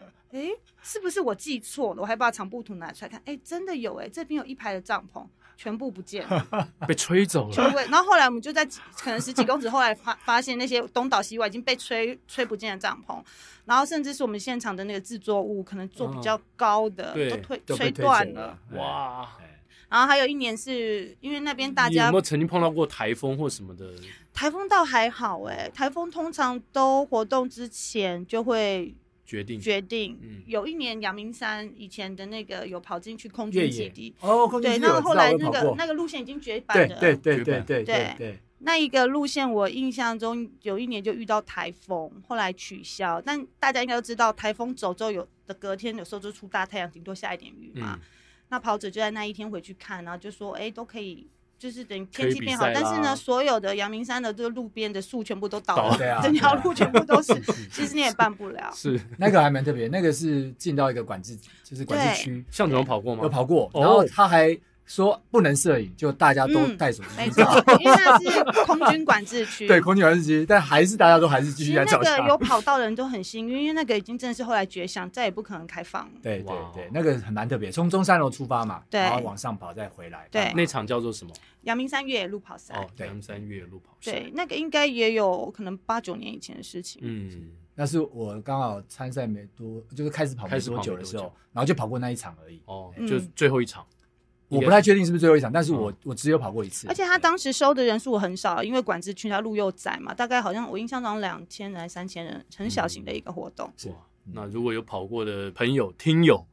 [SPEAKER 3] 诶，是不是我记错了？我还把长布图拿出来看，诶，真的有诶，这边有一排的帐篷全部不见 了，
[SPEAKER 1] 被吹走
[SPEAKER 3] 全
[SPEAKER 1] 了，
[SPEAKER 3] 部。然后后来我们就在几可能十几公尺，后来发 发现那些东倒西歪已经被吹吹不见的帐篷，然后甚至是我们现场的那个制作物，可能做比较高的、
[SPEAKER 1] 对
[SPEAKER 3] 都推
[SPEAKER 2] 哦都
[SPEAKER 3] 吹
[SPEAKER 2] 被
[SPEAKER 3] 断
[SPEAKER 2] 走
[SPEAKER 3] 了。，
[SPEAKER 1] 哇！
[SPEAKER 2] 哎
[SPEAKER 3] 然后还有一年是因为那边大
[SPEAKER 1] 你有
[SPEAKER 3] 家
[SPEAKER 1] 没有曾经碰到过台风或什么的？
[SPEAKER 3] 台风倒还好哎、台风通常都活动之前就会
[SPEAKER 1] 决定
[SPEAKER 3] 决定。
[SPEAKER 1] 嗯
[SPEAKER 3] 有一年阳明山以前的那个有跑进去空
[SPEAKER 2] 越
[SPEAKER 3] 军基
[SPEAKER 2] 野
[SPEAKER 3] 地，
[SPEAKER 2] 哦，空军
[SPEAKER 3] 对，
[SPEAKER 2] 基地
[SPEAKER 3] 那
[SPEAKER 2] 我
[SPEAKER 3] 个
[SPEAKER 2] 知
[SPEAKER 3] 后
[SPEAKER 2] 道
[SPEAKER 3] 来
[SPEAKER 2] 我
[SPEAKER 3] 那
[SPEAKER 2] 跑
[SPEAKER 3] 个
[SPEAKER 2] 过
[SPEAKER 3] 那个路线已经绝版
[SPEAKER 2] 对
[SPEAKER 3] 了。
[SPEAKER 2] 对对
[SPEAKER 1] 绝
[SPEAKER 2] 对
[SPEAKER 1] 版
[SPEAKER 2] 对对
[SPEAKER 3] 对
[SPEAKER 2] 对，
[SPEAKER 3] 那一个路线，我印象中有一年就遇到台风，后来取消。但大家应该都知道，台风走之后有的隔天有时候就出大太阳，顶多下一点雨嘛。
[SPEAKER 1] 嗯
[SPEAKER 3] 那跑者就在那一天回去看，然后就说，哎、都可以，就是等天
[SPEAKER 1] 可以
[SPEAKER 3] 气
[SPEAKER 1] 比
[SPEAKER 3] 变好
[SPEAKER 1] 赛，
[SPEAKER 3] 但是
[SPEAKER 1] 啦
[SPEAKER 3] 呢，所有的阳明山的这个路边的树全部都倒
[SPEAKER 1] 倒
[SPEAKER 3] 了，
[SPEAKER 1] 了
[SPEAKER 2] 对啊
[SPEAKER 3] 整条路
[SPEAKER 2] 对
[SPEAKER 3] 全
[SPEAKER 2] 啊
[SPEAKER 3] 部都是，其实你也办 不了。
[SPEAKER 1] 是
[SPEAKER 2] 那个还蛮特别，那个是进到一个管制，就是管制
[SPEAKER 3] 对
[SPEAKER 2] 区，
[SPEAKER 1] 嗯向总有跑过吗？
[SPEAKER 2] 有跑过，
[SPEAKER 1] 哦
[SPEAKER 2] 然后他还说不能摄影，就大家都
[SPEAKER 3] 嗯
[SPEAKER 2] 带手机
[SPEAKER 3] 没
[SPEAKER 2] 去
[SPEAKER 3] 错
[SPEAKER 2] 照，，
[SPEAKER 3] 因为那是空军管制区。
[SPEAKER 2] 对，空军管制区，但还是大家都还是继
[SPEAKER 3] 其
[SPEAKER 2] 续
[SPEAKER 3] 实
[SPEAKER 2] 在
[SPEAKER 3] 那
[SPEAKER 2] 照
[SPEAKER 3] 个
[SPEAKER 2] 相。
[SPEAKER 3] 有跑道的人都很幸运，因为那个已经真的是后来绝响，再也不可能开放了。
[SPEAKER 2] 对
[SPEAKER 1] 哇
[SPEAKER 2] 对
[SPEAKER 1] 哦
[SPEAKER 2] 对，那个很蛮特别，从中山楼出发嘛，
[SPEAKER 3] 对
[SPEAKER 2] 然后往上跑再回来。
[SPEAKER 3] 对
[SPEAKER 1] 那场叫做什么？
[SPEAKER 3] 阳明山越野路跑赛，
[SPEAKER 1] 哦，
[SPEAKER 2] 对
[SPEAKER 1] 阳山越野路跑赛。
[SPEAKER 3] 对，，那个应该也有可能八九年以前的事情。
[SPEAKER 1] 嗯，
[SPEAKER 2] 那是我刚好参赛没多，就是开始跑没
[SPEAKER 1] 开始跑
[SPEAKER 2] 多久
[SPEAKER 1] 没
[SPEAKER 2] 的
[SPEAKER 1] 多
[SPEAKER 2] 时候
[SPEAKER 1] 久，
[SPEAKER 2] 然后就跑过那一场而已。
[SPEAKER 1] 哦，
[SPEAKER 3] 嗯
[SPEAKER 1] 就是最后一场，
[SPEAKER 2] 我不太确定是不是最后一场，但是我
[SPEAKER 1] 嗯
[SPEAKER 2] 我只有跑过一次
[SPEAKER 3] 而。且他当时收的人数很少，因为管制区它路又窄嘛，大概好像我印象中两千人还三千人，很小
[SPEAKER 2] 嗯
[SPEAKER 3] 型的一个活动。
[SPEAKER 2] 是
[SPEAKER 1] 哇，那如果有跑过的朋友、听友，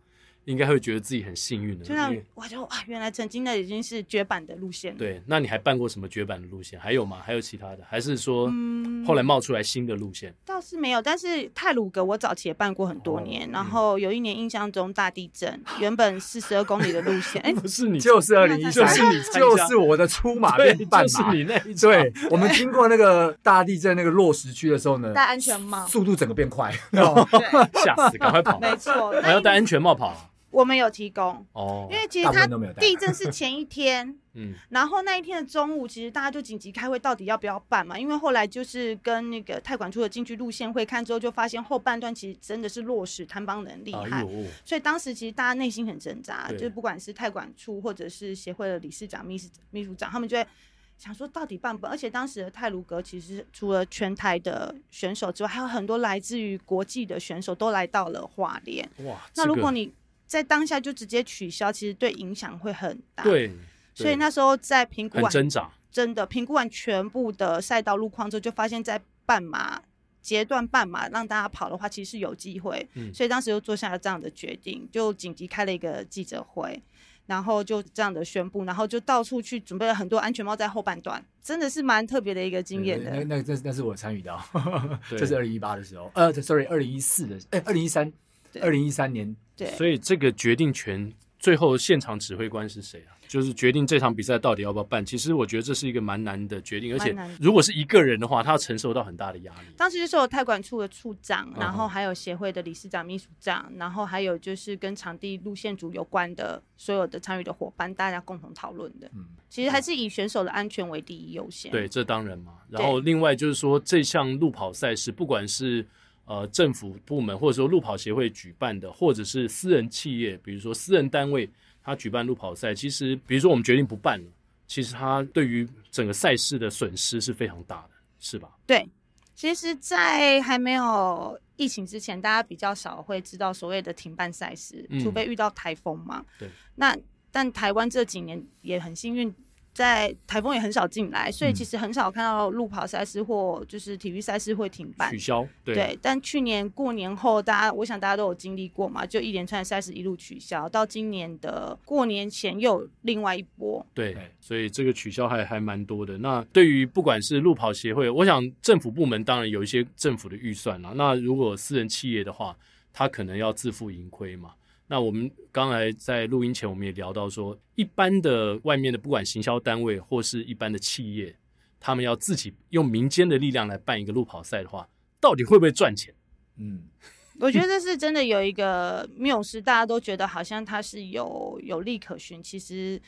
[SPEAKER 1] 应该会觉得自己很幸运的。
[SPEAKER 3] 就让
[SPEAKER 1] 因为
[SPEAKER 3] 我就啊，原来曾经那已经是绝版的路线了。，
[SPEAKER 1] 对，那你还办过什么绝版的路线？还有吗？还有其他的？还是说
[SPEAKER 3] 嗯
[SPEAKER 1] 后来冒出来新的路线？
[SPEAKER 3] 倒是没有，但是泰鲁格我早期也办过很
[SPEAKER 2] 哦
[SPEAKER 3] 多年，
[SPEAKER 2] 嗯
[SPEAKER 3] 然后有一年印象中大地震，原本四十二公里的路 线，哎、
[SPEAKER 1] 不是你，
[SPEAKER 2] 就是二零一
[SPEAKER 1] 就
[SPEAKER 2] 三，
[SPEAKER 1] 是你参加
[SPEAKER 2] 就是我的出马
[SPEAKER 1] 对，
[SPEAKER 2] 变半
[SPEAKER 1] 就是
[SPEAKER 2] 马。
[SPEAKER 1] 你 那一场。
[SPEAKER 2] 对，我们经过那个大地震那个落石区的时候呢，
[SPEAKER 3] 戴安全帽，
[SPEAKER 2] 速度整个变快。
[SPEAKER 3] 对，
[SPEAKER 1] 吓死，赶快跑！啊
[SPEAKER 3] 没错，
[SPEAKER 2] 哎
[SPEAKER 1] 还要
[SPEAKER 3] 那
[SPEAKER 1] 戴安全帽跑啊！
[SPEAKER 3] 我们有提供，
[SPEAKER 1] 哦，
[SPEAKER 3] 因为其
[SPEAKER 2] 大部
[SPEAKER 3] 实
[SPEAKER 2] 分
[SPEAKER 3] 它
[SPEAKER 2] 都没有戴
[SPEAKER 3] 地震是前一天。
[SPEAKER 1] 嗯，
[SPEAKER 3] 然后那一天的中午，其实大家就紧急开会，到底要不要办嘛？因为后来就是跟那个泰管处的进去路线会看之后，就发现后半段其实真的是落实摊帮人厉害。
[SPEAKER 1] 哎呦，
[SPEAKER 3] 所以当时其实大家内心很挣扎，
[SPEAKER 1] 对
[SPEAKER 3] 就是不管是泰管处或者是协会的理事长、秘事秘书长，他们就会想说到底办不办？而且当时的泰鲁格其实除了全台的选手之外，还有很多来自于国际的选手都来到了华联。
[SPEAKER 1] 哇！
[SPEAKER 3] 那如果
[SPEAKER 1] 你
[SPEAKER 3] 你在当下就直接取消，其实对影响会很大。，
[SPEAKER 1] 对，
[SPEAKER 3] 所以
[SPEAKER 1] 对
[SPEAKER 3] 那时候在评估
[SPEAKER 1] 很
[SPEAKER 3] 完
[SPEAKER 1] 挣扎，
[SPEAKER 3] 真的评估完全部的赛道路况之后，就发现，在半马截段半马让大家跑的话，其实是有机会。
[SPEAKER 1] 嗯
[SPEAKER 3] 所以当时就做下了这样的决定，就紧急开了一个记者会，然后就这样的宣布，然后就到处去准备了很多安全帽在后半段，真的是蛮特别的一个经验
[SPEAKER 2] 那
[SPEAKER 3] 的。
[SPEAKER 2] 那那那是我参与到，
[SPEAKER 1] 对
[SPEAKER 2] 这是二零一八的时候，呃，sorry，二零一四的，哎，二零一三，
[SPEAKER 3] 对
[SPEAKER 2] 二零一三年
[SPEAKER 3] 对，
[SPEAKER 1] 所以这个决定权最后现场指挥官是谁啊？就是决定这场比赛到底要不要办。其实我觉得这是一个蛮难的决定，而
[SPEAKER 3] 蛮
[SPEAKER 1] 且
[SPEAKER 3] 难的
[SPEAKER 1] 如果是一个人的话，他要承受到很大的压力。
[SPEAKER 3] 当时就是有泰管处的处长，然
[SPEAKER 1] 嗯
[SPEAKER 3] 后
[SPEAKER 1] 哼
[SPEAKER 3] 还有协会的理事长、秘书长，然后还有就是跟场地路线组有关的所有的参与的伙伴，大家共同讨论的。
[SPEAKER 2] 嗯
[SPEAKER 3] 其实还是以选手的安全为第一优先。
[SPEAKER 1] 对，这当然嘛。
[SPEAKER 3] 对
[SPEAKER 1] 然后另外就是说，这项路跑赛事，不管是呃政府部门或者说路跑协会举办的，或者是私人企业，比如说私人单位，他举办路跑赛，其实比如说我们决定不办了，其实它对于整个赛事的损失是非常大的，是吧？
[SPEAKER 3] 对，其实，在还没有疫情之前，大家比较少会知道所谓的停办赛事，
[SPEAKER 1] 嗯
[SPEAKER 3] 除非遇到台风嘛。
[SPEAKER 1] 对。
[SPEAKER 3] 那但台湾这几年也很幸运，在台风也很少进来，所以
[SPEAKER 2] 嗯
[SPEAKER 3] 其实很少看到路跑赛事或就是体育赛事会停办
[SPEAKER 1] 取。消，对，
[SPEAKER 3] 对，但去年过年后，大家我想大家都有经历过嘛，就一连串的赛事一路取消，到今年的过年前又有另外一波。
[SPEAKER 1] 对
[SPEAKER 2] 对，
[SPEAKER 1] 所以这个取消还还蛮多的。那对于不管是路跑协会，我想政府部门当然有一些政府的预算啦。那如果私人企业的话，他可能要自负盈亏嘛。那我们刚才在录音前，我们也聊到说，一般的外面的不管行销单位或是一般的企业，他们要自己用民间的力量来办一个路跑赛的话，到底会不会赚钱？
[SPEAKER 2] 嗯，
[SPEAKER 3] 我觉得这是真的有一个缪斯，大家都觉得好像它是有有利可循，其实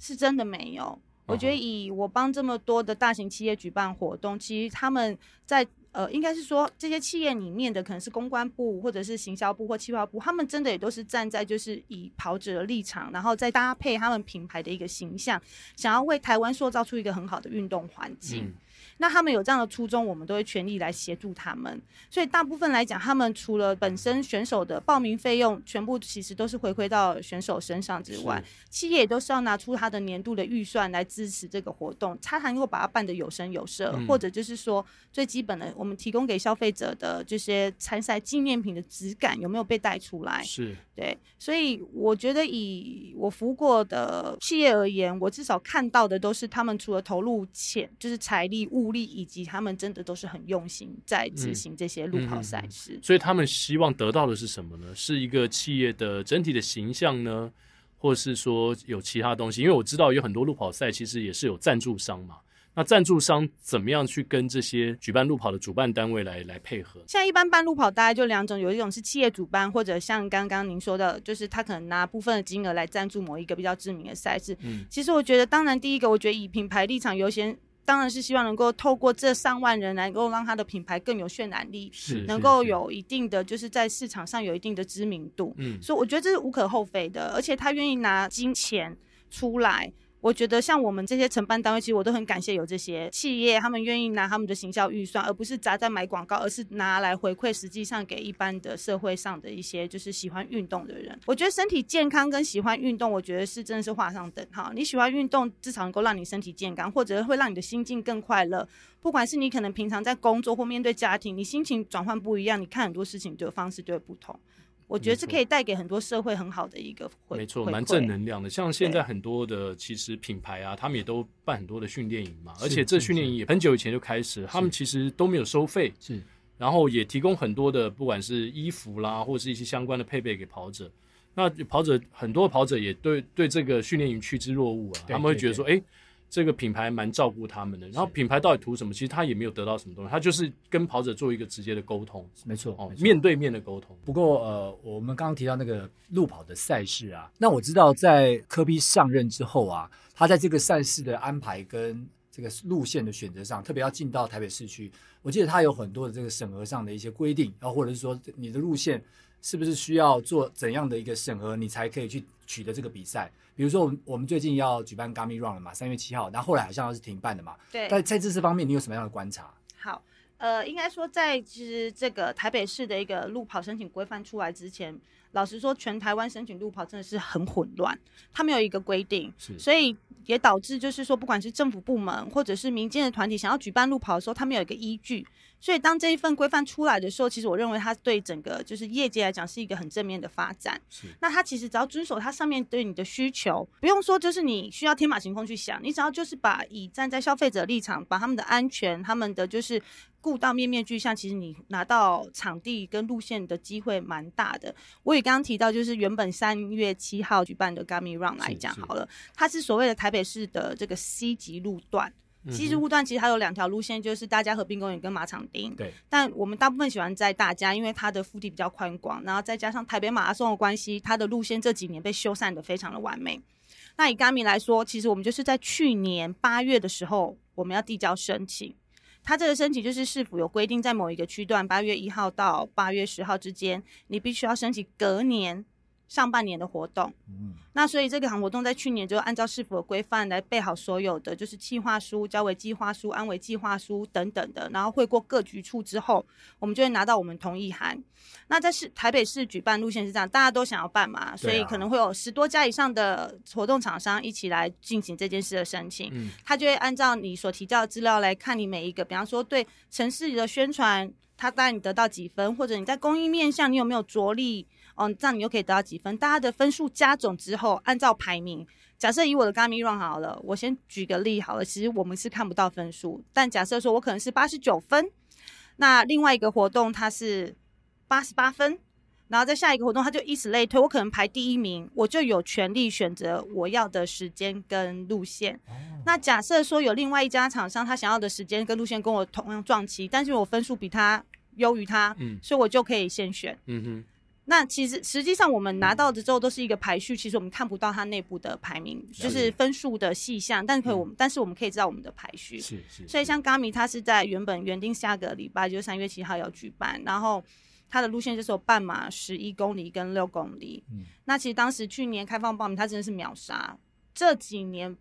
[SPEAKER 3] 是真的没有。我觉得以我帮这么多的大型企业举办活动，其实他们在呃，应该是说这些企业里面的可能是公关部或者是行销部或企划部，他们真的也都是站在就是以跑者的立场，然后再搭配他们品牌的一个形象，想要为台湾塑造出一个很好的运动环境。
[SPEAKER 1] 嗯，
[SPEAKER 3] 那他们有这样的初衷，我们都会全力来协助他们。所以大部分来讲，他们除了本身选手的报名费用，全部其实都是回馈到选手身上
[SPEAKER 1] 嗯
[SPEAKER 3] 之外，企业也都是要拿出他的年度的预算来支持这个活动，他才能够把它办得有声有色，
[SPEAKER 1] 嗯
[SPEAKER 3] 或者就是说最基本的，我们提供给消费者的这些参赛纪念品的质感有没有被带出来？
[SPEAKER 1] 是
[SPEAKER 3] 对，所以我觉得以我服务过的企业而言，我至少看到的都是他们除了投入钱，就是财力、物力，以及他们真的都是很用心在执行这些路跑赛事。
[SPEAKER 1] 所以他们希望得到的是什么呢？是一个企业的整体的形象呢，或是说有其他东西？因为我知道有很多路跑赛其实也是有赞助商嘛。那赞助商怎么样去跟这些举办路跑的主办单位来来配合？
[SPEAKER 3] 现在一般办路跑大概就两种，有一种是企业主办，或者像刚刚您说的，就是他可能拿部分的金额来赞助某一个比较知名的赛事。
[SPEAKER 1] 嗯
[SPEAKER 3] 其实我觉得，当然第一个，我觉得以品牌立场优先，当然是希望能够透过这上万人，能够让他的品牌更有渲染力，
[SPEAKER 1] 是
[SPEAKER 3] 能
[SPEAKER 1] 是
[SPEAKER 3] 够
[SPEAKER 1] 是
[SPEAKER 3] 有一定的就是在市场上有一定的知名度，
[SPEAKER 1] 嗯
[SPEAKER 3] 所以我觉得这是无可厚非的，而且他愿意拿金钱出来。我觉得像我们这些承办单位，其实我都很感谢有这些企业，他们愿意拿他们的行销预算，而不是砸在买广告，而是拿来回馈实际上给一般的社会上的一些就是喜欢运动的人。我觉得身体健康跟喜欢运动，我觉得是真的是画上等号。你喜欢运动，至少能够让你身体健康，或者会让你的心境更快乐，不管是你可能平常在工作或面对家庭，你心情转换不一样，你看很多事情的方式就会不同。我觉得这
[SPEAKER 1] 没错
[SPEAKER 3] 可以带给很多社会很好的一个回，
[SPEAKER 1] 没错，
[SPEAKER 3] 回馈
[SPEAKER 1] 蛮正。能量的。像现
[SPEAKER 3] 对
[SPEAKER 1] 在很多的其实品牌啊，他们也都办很多的训练营嘛，
[SPEAKER 2] 是
[SPEAKER 1] 而且这
[SPEAKER 2] 是
[SPEAKER 1] 训练营也很久以前就开始，他们其实都没有收费，
[SPEAKER 2] 是
[SPEAKER 1] 然后也提供很多的不管是衣服啦，或是一些相关的配备给跑者。那跑者很多跑者也对对这个训练营趋之若鹜啊，
[SPEAKER 2] 对
[SPEAKER 1] 他们会觉得说，哎，这个品牌蛮照顾他们的。然后品牌到底图什么？其实他也没有得到什么东西，他就是跟跑者做一个直接的沟通，
[SPEAKER 2] 没错，
[SPEAKER 1] 哦
[SPEAKER 2] 没，错
[SPEAKER 1] 面对面的沟通。
[SPEAKER 2] 不过呃，我们刚刚提到那个路跑的赛事啊，那我知道在科比上任之后啊，他在这个赛事的安排跟这个路线的选择上，特别要进到台北市区，我记得他有很多的这个审核上的一些规定，然后或者是说你的路线是不是需要做怎样的一个审核，你才可以去取得这个比赛。比如说我们我们最近要举办 Gummy Run 了嘛，三月七号，然后后来好像是停办的嘛，
[SPEAKER 3] 对，
[SPEAKER 2] 在在这次方面你有什么样的观察？
[SPEAKER 3] 好，呃，应该说在其实这个台北市的一个路跑申请规范出来之前，老实说，全台湾申请路跑真的是很混乱，它没有一个规定，
[SPEAKER 2] 是
[SPEAKER 3] 所以也导致就是说，不管是政府部门或者是民间的团体想要举办路跑的时候，他们有一个依据。所以当这一份规范出来的时候，其实我认为它对整个就是业界来讲是一个很正面的发展。
[SPEAKER 2] 是
[SPEAKER 3] 那它其实只要遵守它上面对你的需求，不用说就是你需要天马行空去想，你只要就是把以站在消费者立场，把他们的安全、他们的就是顾到面面俱到，其实你拿到场地跟路线的机会蛮大的。我也刚刚提到，就是原本三月七号举办的 Gummy Run 来讲
[SPEAKER 2] 是
[SPEAKER 3] 好了，它是所谓的台北市的这个 C 级路段。
[SPEAKER 2] 嗯
[SPEAKER 3] C 级路段其实它有两条路线，就是大家河滨公园跟马场町。
[SPEAKER 2] 对，
[SPEAKER 3] 但我们大部分喜欢在大家，因为它的腹地比较宽广，然后再加上台北马拉松的关系，它的路线这几年被修缮的非常的完美。那以 Gami 来说，其实我们就是在去年八月的时候，我们要递交申请。它这个申请就是市府有规定，在某一个区段，八月一号到八月十号之间，你必须要申请隔年上半年的活动。
[SPEAKER 2] 嗯
[SPEAKER 3] 那所以这场活动在去年就按照市府的规范来备好所有的就是计划书、交委计划书、安委计划书等等的，然后会过各局处之后，我们就会拿到我们同意函。那在市台北市举办路线是这样，大家都想要办嘛，所以可能会有十多家以上的活动厂商一起来进行这件事的申请。
[SPEAKER 1] 嗯
[SPEAKER 3] 他就会按照你所提交的资料来看你每一个，比方说对城市的宣传，他带你得到几分，或者你在公益面向你有没有着力，嗯，这样你又可以得到几分。大家的分数加总之后，按照排名，假设以我的 Gummy Run 好了，我先举个例好了，其实我们是看不到分数，但假设说我可能是八十九分，那另外一个活动它是八十八分。然后在下一个活动，它就以此类推。我可能排第一名，我就有权利选择我要的时间跟路线。那假设说有另外一家厂商，他想要的时间跟路线跟我同样撞期，但是我分数比他优于他，
[SPEAKER 1] 嗯
[SPEAKER 3] 所以我就可以先选。
[SPEAKER 1] 嗯哼，
[SPEAKER 3] 那其实实际上我们拿到的之后都是一个排序，其实我们看不到它内部的排名，
[SPEAKER 1] 解
[SPEAKER 3] 就是分数的细项，但
[SPEAKER 2] 嗯
[SPEAKER 3] 可以我们、但是我们可以知道我们的排序。
[SPEAKER 1] 是是，
[SPEAKER 3] 所以
[SPEAKER 1] 是
[SPEAKER 3] 像 Gami，它是在原本原定下个礼拜，就是三月七号要举办，然后它的路线就是有半马、十一公里跟六公里。
[SPEAKER 2] 嗯
[SPEAKER 3] 那其实当时去年开放报名，它真的是秒杀，这几年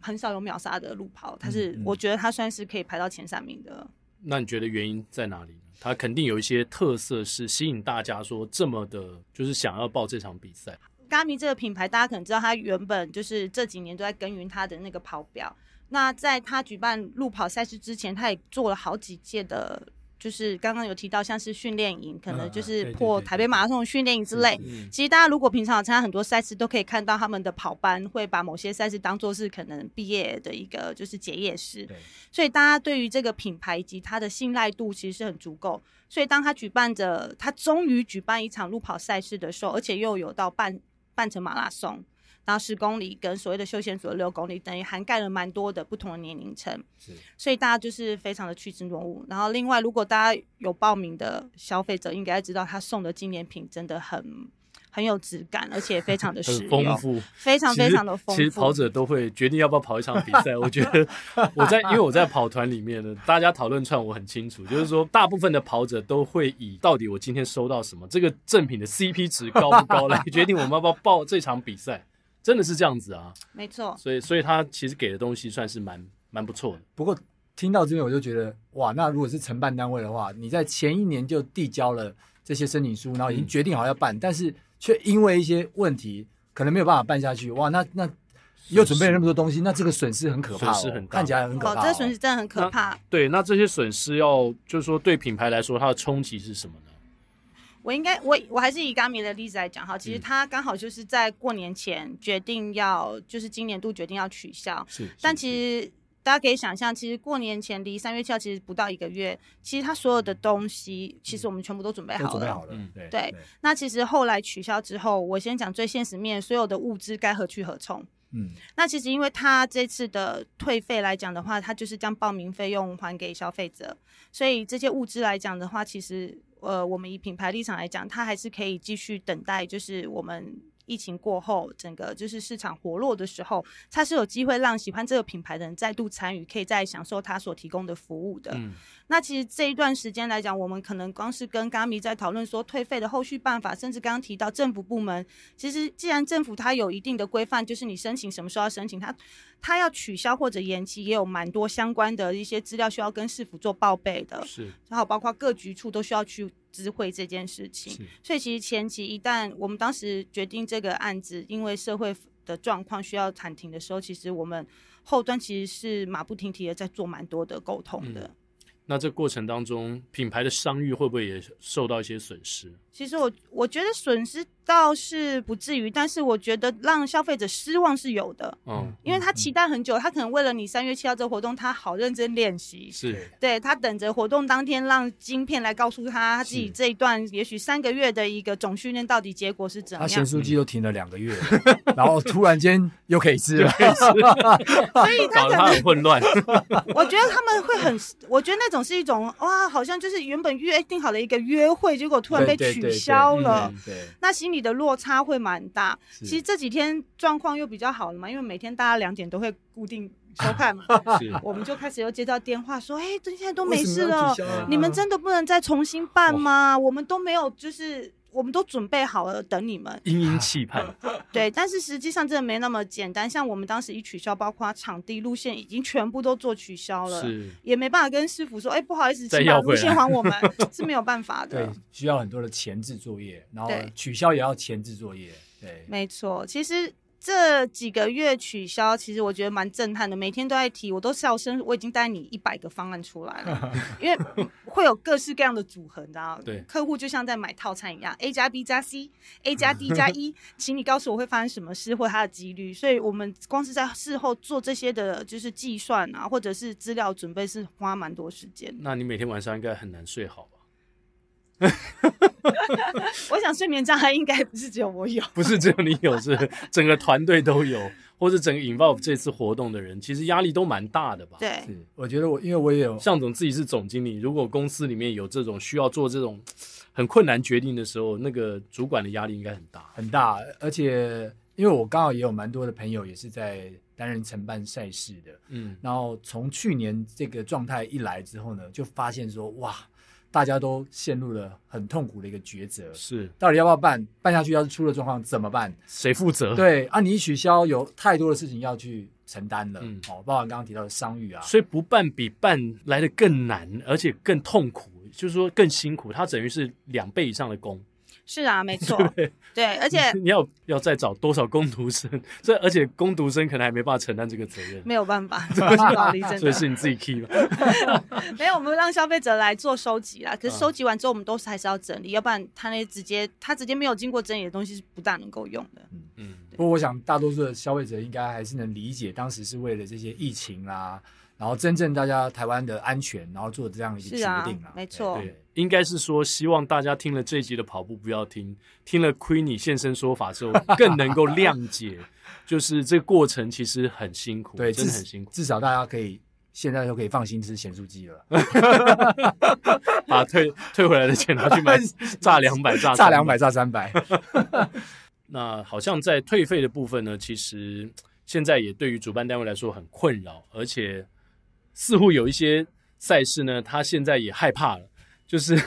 [SPEAKER 3] 很少有秒杀的路跑，它是、
[SPEAKER 2] 嗯嗯
[SPEAKER 3] 我觉得它算是可以排到前三名的。
[SPEAKER 1] 那你觉得原因在哪里呢？它肯定有一些特色是吸引大家说这么的，就是想要报这场比赛。
[SPEAKER 3] Gami 这个品牌，大家可能知道，它原本就是这几年都在耕耘它的那个跑表。那在它举办路跑赛事之前，它也做了好几届的，就是刚刚有提到，像是训练营，可能
[SPEAKER 2] 嗯
[SPEAKER 3] 就
[SPEAKER 2] 嗯
[SPEAKER 3] 是
[SPEAKER 2] 对对
[SPEAKER 3] 破
[SPEAKER 2] 对
[SPEAKER 3] 台北马拉松的训练营之类。
[SPEAKER 1] 嗯
[SPEAKER 3] 其实大家如果平常有参加很多赛事，都可以看到他们的跑班会把某些赛事当做是可能毕业的一个就是结业式，
[SPEAKER 2] 对，
[SPEAKER 3] 所以大家对于这个品牌以及它的信赖度其实是很足够。所以当他举办着，他终于举办一场路跑赛事的时候，而且又有到半半程马拉松，然后十公里跟所谓的休闲组的六公里，等于涵盖了蛮多的不同的年龄层。
[SPEAKER 2] 是
[SPEAKER 3] 所以大家就是非常的趋之若鹜。然后另外，如果大家有报名的消费者，应该知道他送的纪念品真的很很有质感，而且非常的实 哦
[SPEAKER 1] 很丰
[SPEAKER 3] 用，
[SPEAKER 1] 富，
[SPEAKER 3] 非常非常的
[SPEAKER 1] 其
[SPEAKER 3] 丰
[SPEAKER 1] 实其实跑
[SPEAKER 3] 富。
[SPEAKER 1] 者都会决定要不要跑一场比 赛。我觉得我在因为我在跑团里面呢，大家讨论串我很清 楚，就是说大部分的跑者都会以到底我今天收到什么，这个赠品的 CP 值高不 高来决定我们要不要报这场比赛。真的是这样子啊，
[SPEAKER 3] 没错，
[SPEAKER 1] 所以所以他其实给的东西算是蛮蛮不错的。
[SPEAKER 2] 不过听到这边我就觉得，哇，那如果是承办单位的话，你在前一年就递交了这些申请书，然后
[SPEAKER 1] 嗯
[SPEAKER 2] 已经决定好要办，但是却因为一些问题，可能没有办法办下去，哇，那那又准备了那么多东西，那这个损失很可怕、哦，
[SPEAKER 1] 损失很大
[SPEAKER 2] 看起来很可
[SPEAKER 3] 哦
[SPEAKER 2] 怕、，哦。
[SPEAKER 3] 这个损失真的很可怕。
[SPEAKER 1] 对，那这些损失要就是说对品牌来说，它的冲击是什么呢？
[SPEAKER 3] 我应该我我还是以 Gami 的例子来讲哈，其实
[SPEAKER 1] 嗯
[SPEAKER 3] 他刚好就是在过年前决定要，就是今年度决定要取消，
[SPEAKER 1] 是，
[SPEAKER 3] 但其实大家可以想象，其实过年前离三月七号其实不到一个月，其实它所有的东西，其实我们全部都准备
[SPEAKER 2] 都
[SPEAKER 3] 好
[SPEAKER 2] 准备
[SPEAKER 3] 了。
[SPEAKER 2] 好了，
[SPEAKER 1] 嗯
[SPEAKER 2] 对
[SPEAKER 3] 对，那其实后来取消之后，我先讲最现实面，所有的物资该何去何从？
[SPEAKER 2] 嗯，
[SPEAKER 3] 那其实因为他这次的退费来讲的话，他就是将报名费用还给消费者，所以这些物资来讲的话，其实呃，我们以品牌立场来讲，它还是可以继续等待，就是我们。疫情过后，整个就是市场活络的时候，它是有机会让喜欢这个品牌的人再度参与，可以再享受它所提供的服务的。
[SPEAKER 1] 嗯
[SPEAKER 3] 那其实这一段时间来讲，我们可能光是跟 Gami 在讨论说退费的后续办法，甚至刚刚提到政府部门，其实既然政府它有一定的规范，就是你申请什么时候要申请，它它要取消或者延期，也有蛮多相关的一些资料需要跟市府做报备的，
[SPEAKER 1] 嗯是
[SPEAKER 3] 然后包括各局处都需要去知会这件事情。
[SPEAKER 1] 是
[SPEAKER 3] 所以其实前期一旦我们当时决定这个案子，因为社会的状况需要喊停的时候，其实我们后端其实是马不停蹄的在做蛮多的沟通的。
[SPEAKER 1] 嗯那这过程当中，品牌的商誉会不会也受到一些损失？嗯
[SPEAKER 3] 其实我我觉得损失倒是不至于，但是我觉得让消费者失望是有的，
[SPEAKER 1] 嗯，
[SPEAKER 3] 因为他期待很久，他可能为了你三月七号这个活动，他好认真练习，
[SPEAKER 1] 是
[SPEAKER 3] 对他等着活动当天让晶片来告诉他他自己
[SPEAKER 1] 是
[SPEAKER 3] 这一段也许三个月的一个总训练到底结果是怎
[SPEAKER 2] 他
[SPEAKER 3] 么
[SPEAKER 2] 咸
[SPEAKER 3] 样，
[SPEAKER 2] 酥鸡都停了两 个月，然后突然间又可以吃了，
[SPEAKER 3] 所以他
[SPEAKER 1] 搞得
[SPEAKER 3] 可
[SPEAKER 1] 他
[SPEAKER 3] 能
[SPEAKER 1] 很混 乱。
[SPEAKER 3] 我觉得他们会很，我觉得那种是一种哇，好像就是原本约定好的一个约会，结果突然被
[SPEAKER 2] 对对
[SPEAKER 3] 取
[SPEAKER 2] 对
[SPEAKER 3] 消了。
[SPEAKER 1] 嗯
[SPEAKER 2] 对，
[SPEAKER 3] 那心里的落差会蛮大。
[SPEAKER 2] 是
[SPEAKER 3] 其实这几天状况又比较好了嘛，因为每天大家两点都会固定收 看嘛，
[SPEAKER 1] 是，
[SPEAKER 3] 我们就开始又接到电话说，哎、这现在都
[SPEAKER 2] 都啊
[SPEAKER 3] 没事了，你们真的不能再重新办吗？我们都没有，就是我们都准备好了等你们。
[SPEAKER 1] 殷殷期 盼，
[SPEAKER 3] 对，但是实际上真的没那么简单。像我们当时一取消，包括场地、路线，已经全部都做取消了，
[SPEAKER 1] 是
[SPEAKER 3] 也没办法跟师傅说，哎、不好意思，
[SPEAKER 1] 再
[SPEAKER 3] 请把
[SPEAKER 1] 要回
[SPEAKER 3] 路线
[SPEAKER 1] 来
[SPEAKER 3] 还我们， 是没有办法的
[SPEAKER 2] 对。，需要很多的前置作业，然后
[SPEAKER 3] 对
[SPEAKER 2] 取消也要前置作业，对，
[SPEAKER 3] 没错，其实这几个月取消，其实我觉得蛮震撼的，每天都在提，我都笑声，我已经带你一百个方案出 来了，因为会有各式各样的组合，你知道吗
[SPEAKER 1] 对
[SPEAKER 3] 客户就像在买套餐一样，A 加 B 加 C，A 加 D 加 E，请你告诉我会发生什么事或它的几率，所以我们光是在事后做这些的，就是计算啊，或者是资料准备，是花蛮多时间的。
[SPEAKER 1] 那你每天晚上应该很难睡好吧？
[SPEAKER 3] 我想睡眠障碍应该不是只有我有。
[SPEAKER 1] 不是只有你有， 是整个团队都有，或者整个 involve 这次活动的人，其实压力都蛮大的吧？。
[SPEAKER 3] 对，
[SPEAKER 2] 是，我觉得我因为我也有
[SPEAKER 1] 向总自己是总经理，如果公司里面有这种需要做这种很困难决定的时候，那个主管的压力应该很大。
[SPEAKER 2] 很大，而且因为我刚好也有蛮多的朋友也是在担任承办赛事的，
[SPEAKER 1] 嗯，
[SPEAKER 2] 然后从去年这个状态一来之后呢，就发现说哇，大家都陷入了很痛苦的一个抉择，
[SPEAKER 1] 是
[SPEAKER 2] 到底要不要办？办下去要是出了状况怎么办？
[SPEAKER 1] 谁负责？，
[SPEAKER 2] 对啊，你一取消，有太多的事情要去承担了，
[SPEAKER 1] 嗯
[SPEAKER 2] 哦，包含刚刚提到的商誉啊，
[SPEAKER 1] 所以不办比办来的更难，而且更痛苦，就是说更辛苦。它等于是两倍以上的工，
[SPEAKER 3] 是 啊，没错，对，而且
[SPEAKER 1] 你要要再找多少工读生？ 这而且工读生可能还没办法承担这个责任，
[SPEAKER 3] 没有 办法，这是劳力真
[SPEAKER 1] 所以
[SPEAKER 3] 的。
[SPEAKER 1] 是你自己 key 吧？
[SPEAKER 3] 没有，我们让消费者来做收集啦。可是
[SPEAKER 1] 嗯
[SPEAKER 3] 收集完之后，我们都是还是要整理，要不然他那直接他直接没有经过整理的东西是不大能够用的。
[SPEAKER 1] 嗯，
[SPEAKER 2] 不过我想大多数的消费者应该还是能理解，当时是为了这些疫情啦，然后真正大家台湾的安全，然后做这样一个决
[SPEAKER 3] 是啊
[SPEAKER 2] 定啦，
[SPEAKER 3] 没错
[SPEAKER 1] 对，应该是说希望大家听了这一集的跑步不要听，听了 Queenie 现身说法 之后，更能够谅解，就是这个过程其实很辛苦，
[SPEAKER 2] 对，
[SPEAKER 1] 真
[SPEAKER 2] 至
[SPEAKER 1] 的很辛苦，
[SPEAKER 2] 至少大家可以现在都可以放心吃咸酥鸡了，
[SPEAKER 1] 把退退回来的钱拿去 买炸两百 炸
[SPEAKER 2] 炸
[SPEAKER 1] 300
[SPEAKER 2] 两百炸三百，
[SPEAKER 1] 那好像在退费的部分呢，其实现在也对于主办单位来说很困扰，而且似乎有一些赛事呢，他现在也害怕了，就是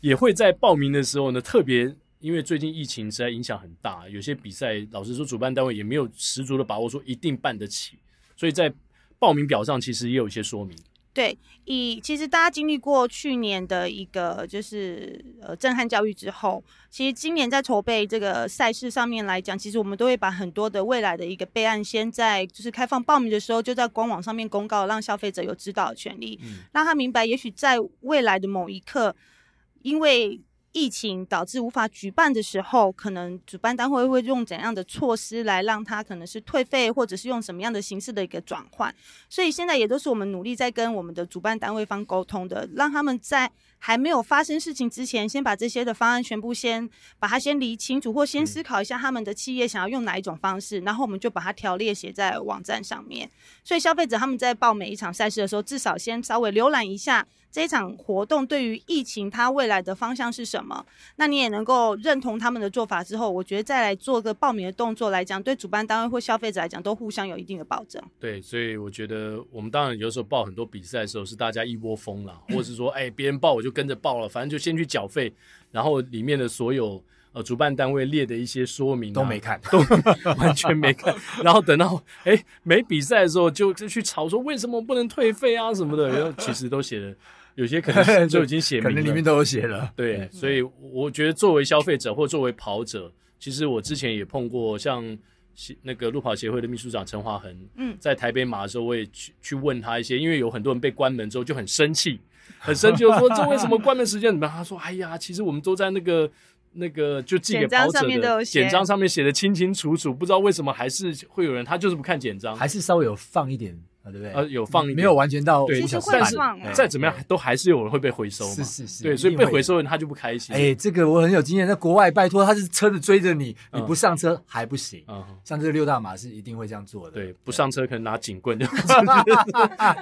[SPEAKER 1] 也会在报名的时候呢，特别因为最近疫情实在影响很大，有些比赛老实说，主办单位也没有十足的把握说一定办得起，所以在报名表上其实也有一些说明。
[SPEAKER 3] 对，以其实大家经历过去年的一个就是呃震撼教育之后，其实今年在筹备这个赛事上面来讲，其实我们都会把很多的未来的一个备案，先在就是开放报名的时候，就在官网上面公告，让消费者有知道的权利，
[SPEAKER 1] 嗯
[SPEAKER 3] 让他明白，也许在未来的某一刻，因为疫情导致无法举办的时候，可能主办单位会用怎样的措施来让他可能是退费，或者是用什么样的形式的一个转换。所以现在也都是我们努力在跟我们的主办单位方沟通的，让他们在还没有发生事情之前，先把这些的方案全部先把它先理清楚，或先思考一下他们的企业想要用哪一种方式，然后我们就把它条列写在网站上面。所以消费者他们在报每一场赛事的时候，至少先稍微浏览一下这一场活动对于疫情它未来的方向是什么，那你也能够认同他们的做法之后，我觉得再来做个报名的动作来讲，对主办单位或消费者来讲都互相有一定的保证。
[SPEAKER 1] 对，所以我觉得我们当然有时候报很多比赛的时候是大家一窝蜂啦，或者是说，哎，别人报我就跟着报了，反正就先去缴费，然后里面的所有呃主办单位列的一些说明啊、
[SPEAKER 2] 都没看，
[SPEAKER 1] 都完全没 看，然后等到哎没比赛的时候就就去吵说为什么不能退费啊什么的，然后其实都写的有些 可能就已经写明
[SPEAKER 2] 可
[SPEAKER 1] 了，
[SPEAKER 2] 能里面都有写了，
[SPEAKER 1] 对，
[SPEAKER 3] 嗯
[SPEAKER 1] 所以我觉得作为消费者或作为跑者，其实我之前也碰过像协那个路跑协会的秘书长陈华恒，
[SPEAKER 3] 嗯
[SPEAKER 1] 在台北马的时候，我也去去问他一些，因为有很多人被关门之后就很生气， 很生气，就说这为什么关门时间怎么样？他说：“哎呀，其实我们都在那个。”那个就寄给
[SPEAKER 3] 简
[SPEAKER 1] 跑
[SPEAKER 3] 章
[SPEAKER 1] 者
[SPEAKER 3] 上面都
[SPEAKER 1] 的
[SPEAKER 3] 有写
[SPEAKER 1] 简章上面写的清清楚楚，不知道为什么还是会有人他就是不看简章，
[SPEAKER 2] 还是稍微有放一点啊，对不对？
[SPEAKER 1] 嗯呃有放一点
[SPEAKER 2] 没有完全到
[SPEAKER 1] 对
[SPEAKER 2] 五小
[SPEAKER 3] 其实
[SPEAKER 2] 时
[SPEAKER 3] 会
[SPEAKER 1] 但
[SPEAKER 2] 半
[SPEAKER 1] 是
[SPEAKER 3] 放啊
[SPEAKER 2] 对
[SPEAKER 1] 再怎么样都还是有人会被回收嘛，
[SPEAKER 2] 是是是，
[SPEAKER 1] 对，所以
[SPEAKER 2] 一定
[SPEAKER 1] 被
[SPEAKER 2] 会
[SPEAKER 1] 回
[SPEAKER 2] 的
[SPEAKER 1] 收人他就不开心，
[SPEAKER 2] 哎，这个我很有经验，在国外，拜托，他是车子追着你，你不上车还不行。
[SPEAKER 1] 嗯。
[SPEAKER 2] 像这个六大马是一定会这样做的。
[SPEAKER 1] 对，不上车可能拿警棍就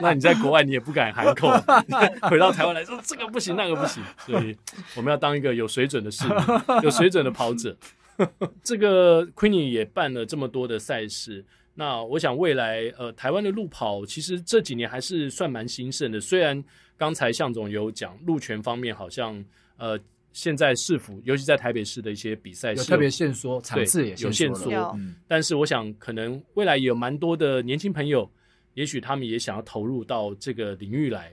[SPEAKER 1] 那你在国外你也不敢喊口， 回到台湾来说这个不行那个不行，所以我们要当一个有水准的市民，有水准的跑者。 这个 Queenie 也办了这么多的赛事，那我想未来呃台湾的路跑其实这几年还是算蛮兴盛的，虽然刚才向总有讲路权方面好像呃。现在市府，尤其在台北市的一些比赛
[SPEAKER 2] 有
[SPEAKER 1] 是
[SPEAKER 2] 特别限缩，场次也
[SPEAKER 1] 有限
[SPEAKER 2] 缩
[SPEAKER 1] 缩
[SPEAKER 2] 了
[SPEAKER 3] 有，
[SPEAKER 2] 嗯
[SPEAKER 1] 但是我想，可能未来也有蛮多的年轻朋友，也许他们也想要投入到这个领域来。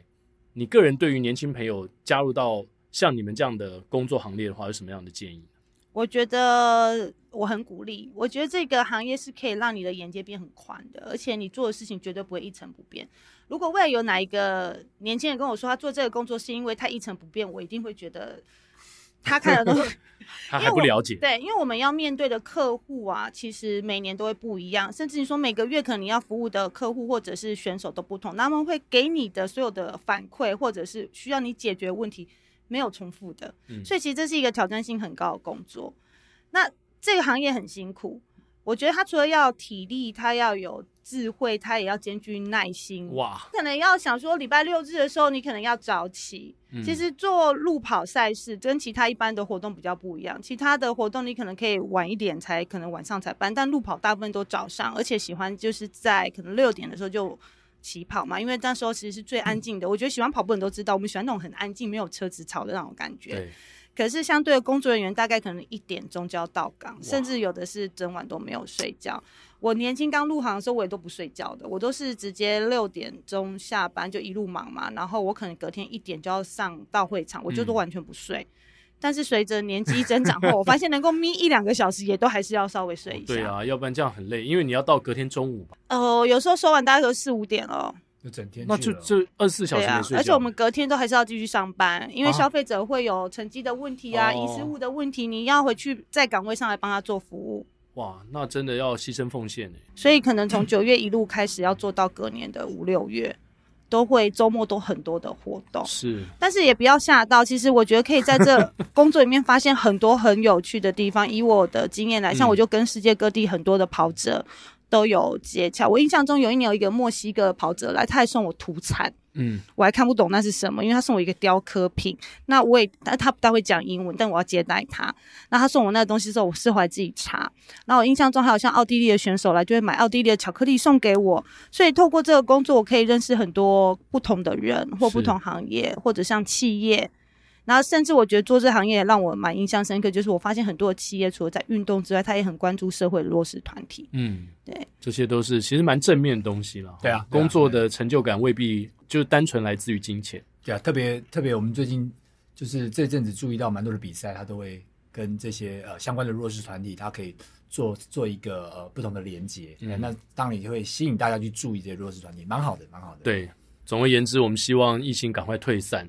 [SPEAKER 1] 你个人对于年轻朋友加入到像你们这样的工作行列的话，有什么样的建议？
[SPEAKER 3] 我觉得我很鼓励，我觉得这个行业是可以让你的眼界变很宽的，而且你做的事情绝对不会一成不变。如果未来有哪一个年轻人跟我说他做这个工作是因为他一成不变，我一定会觉得他看的东西
[SPEAKER 1] 他还不了解，
[SPEAKER 3] 对，因为我们要面对的客户啊，其实每年都会不一样，甚至你说每个月可能你要服务的客户或者是选手都不同，他们会给你的所有的反馈或者是需要你解决问题，没有重复的，
[SPEAKER 1] 嗯
[SPEAKER 3] 所以其实这是一个挑战性很高的工作。那这个行业很辛苦，我觉得他除了要体力，他要有智慧，他也要兼具耐心。
[SPEAKER 1] 哇，
[SPEAKER 3] 可能要想说，礼拜六日的时候，你可能要早起，
[SPEAKER 1] 嗯
[SPEAKER 3] 其实呃做路跑赛事跟其他一般的活动比较不一样，其他的活动你可能可以晚一点才，可能晚上才办，但路跑大部分都早上，而且喜欢就是在可能六点的时候就起跑嘛，因为那时候其实是最
[SPEAKER 1] 嗯
[SPEAKER 3] 安静的。我觉得喜欢跑步的人都知道，我们喜欢那种很安静、没有车子吵的那种感觉。
[SPEAKER 1] 对，
[SPEAKER 3] 可是相对的工作人员大概可能一点钟就要到岗，甚至有的是整晚都没有睡觉。我年轻刚入行的时候，我也都不睡觉的，我都是直接六点钟下班就一路忙嘛，然后我可能隔天一点就要上到会场，我就都
[SPEAKER 1] 嗯
[SPEAKER 3] 完全不睡。但是随着年纪增长后，我发现能够眯一两个小时，也都还是要稍微睡一下。
[SPEAKER 1] 对啊，要不然这样很累，因为你要到隔天中午嘛，
[SPEAKER 3] 呃，有时候收完大概都四五点了，
[SPEAKER 2] 就整天
[SPEAKER 1] 那就
[SPEAKER 2] 去了
[SPEAKER 1] 这二十四小
[SPEAKER 3] 对
[SPEAKER 1] 时没
[SPEAKER 3] 啊
[SPEAKER 1] 睡觉。，
[SPEAKER 3] 而且我们隔天都还是要继续上班，因为
[SPEAKER 1] 啊
[SPEAKER 3] 消费者会有成绩的问题啊、
[SPEAKER 1] 哦
[SPEAKER 3] 遗失物的问题，你要回去在岗位上来帮他做服务。
[SPEAKER 1] 哇，那真的要牺牲奉献欸呢。
[SPEAKER 3] 所以可能从九月一路开始要做到隔年的五六月，都会周末都很多的活动。
[SPEAKER 1] 是，
[SPEAKER 3] 但是也不要吓到，其实我觉得可以在 这工作里面发现很多很有趣的地方。以我的经验来，像
[SPEAKER 1] 嗯
[SPEAKER 3] 我就跟世界各地很多的跑者都有接洽。我印象中有一年有一个墨西哥的跑者来，他还送我土产。
[SPEAKER 1] 嗯，
[SPEAKER 3] 我还看不懂那是什么，因为他送我一个雕刻品，那我也他他不大会讲英文，但我要接待他。那他送我那个东西之后，我事后还自己查。然后我印象中还有像奥地利的选手来，就会买奥地利的巧克力送给我。所以透过这个工作，我可以认识很多不同的人或
[SPEAKER 1] 是
[SPEAKER 3] 不同行业，或者像企业。然后，甚至我觉得做这行业也让我蛮印象深刻，就是我发现很多的企业除了在运动之外，他也很关注社会弱势团体。
[SPEAKER 1] 嗯，
[SPEAKER 3] 对，
[SPEAKER 1] 这些都是其实蛮正面的东西了。
[SPEAKER 2] 对啊对啊
[SPEAKER 1] 工作的成就感未必就是单纯来自于金钱。
[SPEAKER 2] 对啊，特别特别，我们最近就是这阵子注意到蛮多的比赛，它都会跟这些呃相关的弱势团体，它可以做做一个呃不同的连接。
[SPEAKER 1] 嗯
[SPEAKER 2] 那当然也会吸引大家去注意这些弱势团体，蛮好的，蛮好的。，
[SPEAKER 1] 对，总而言之，我们希望疫情赶快退散。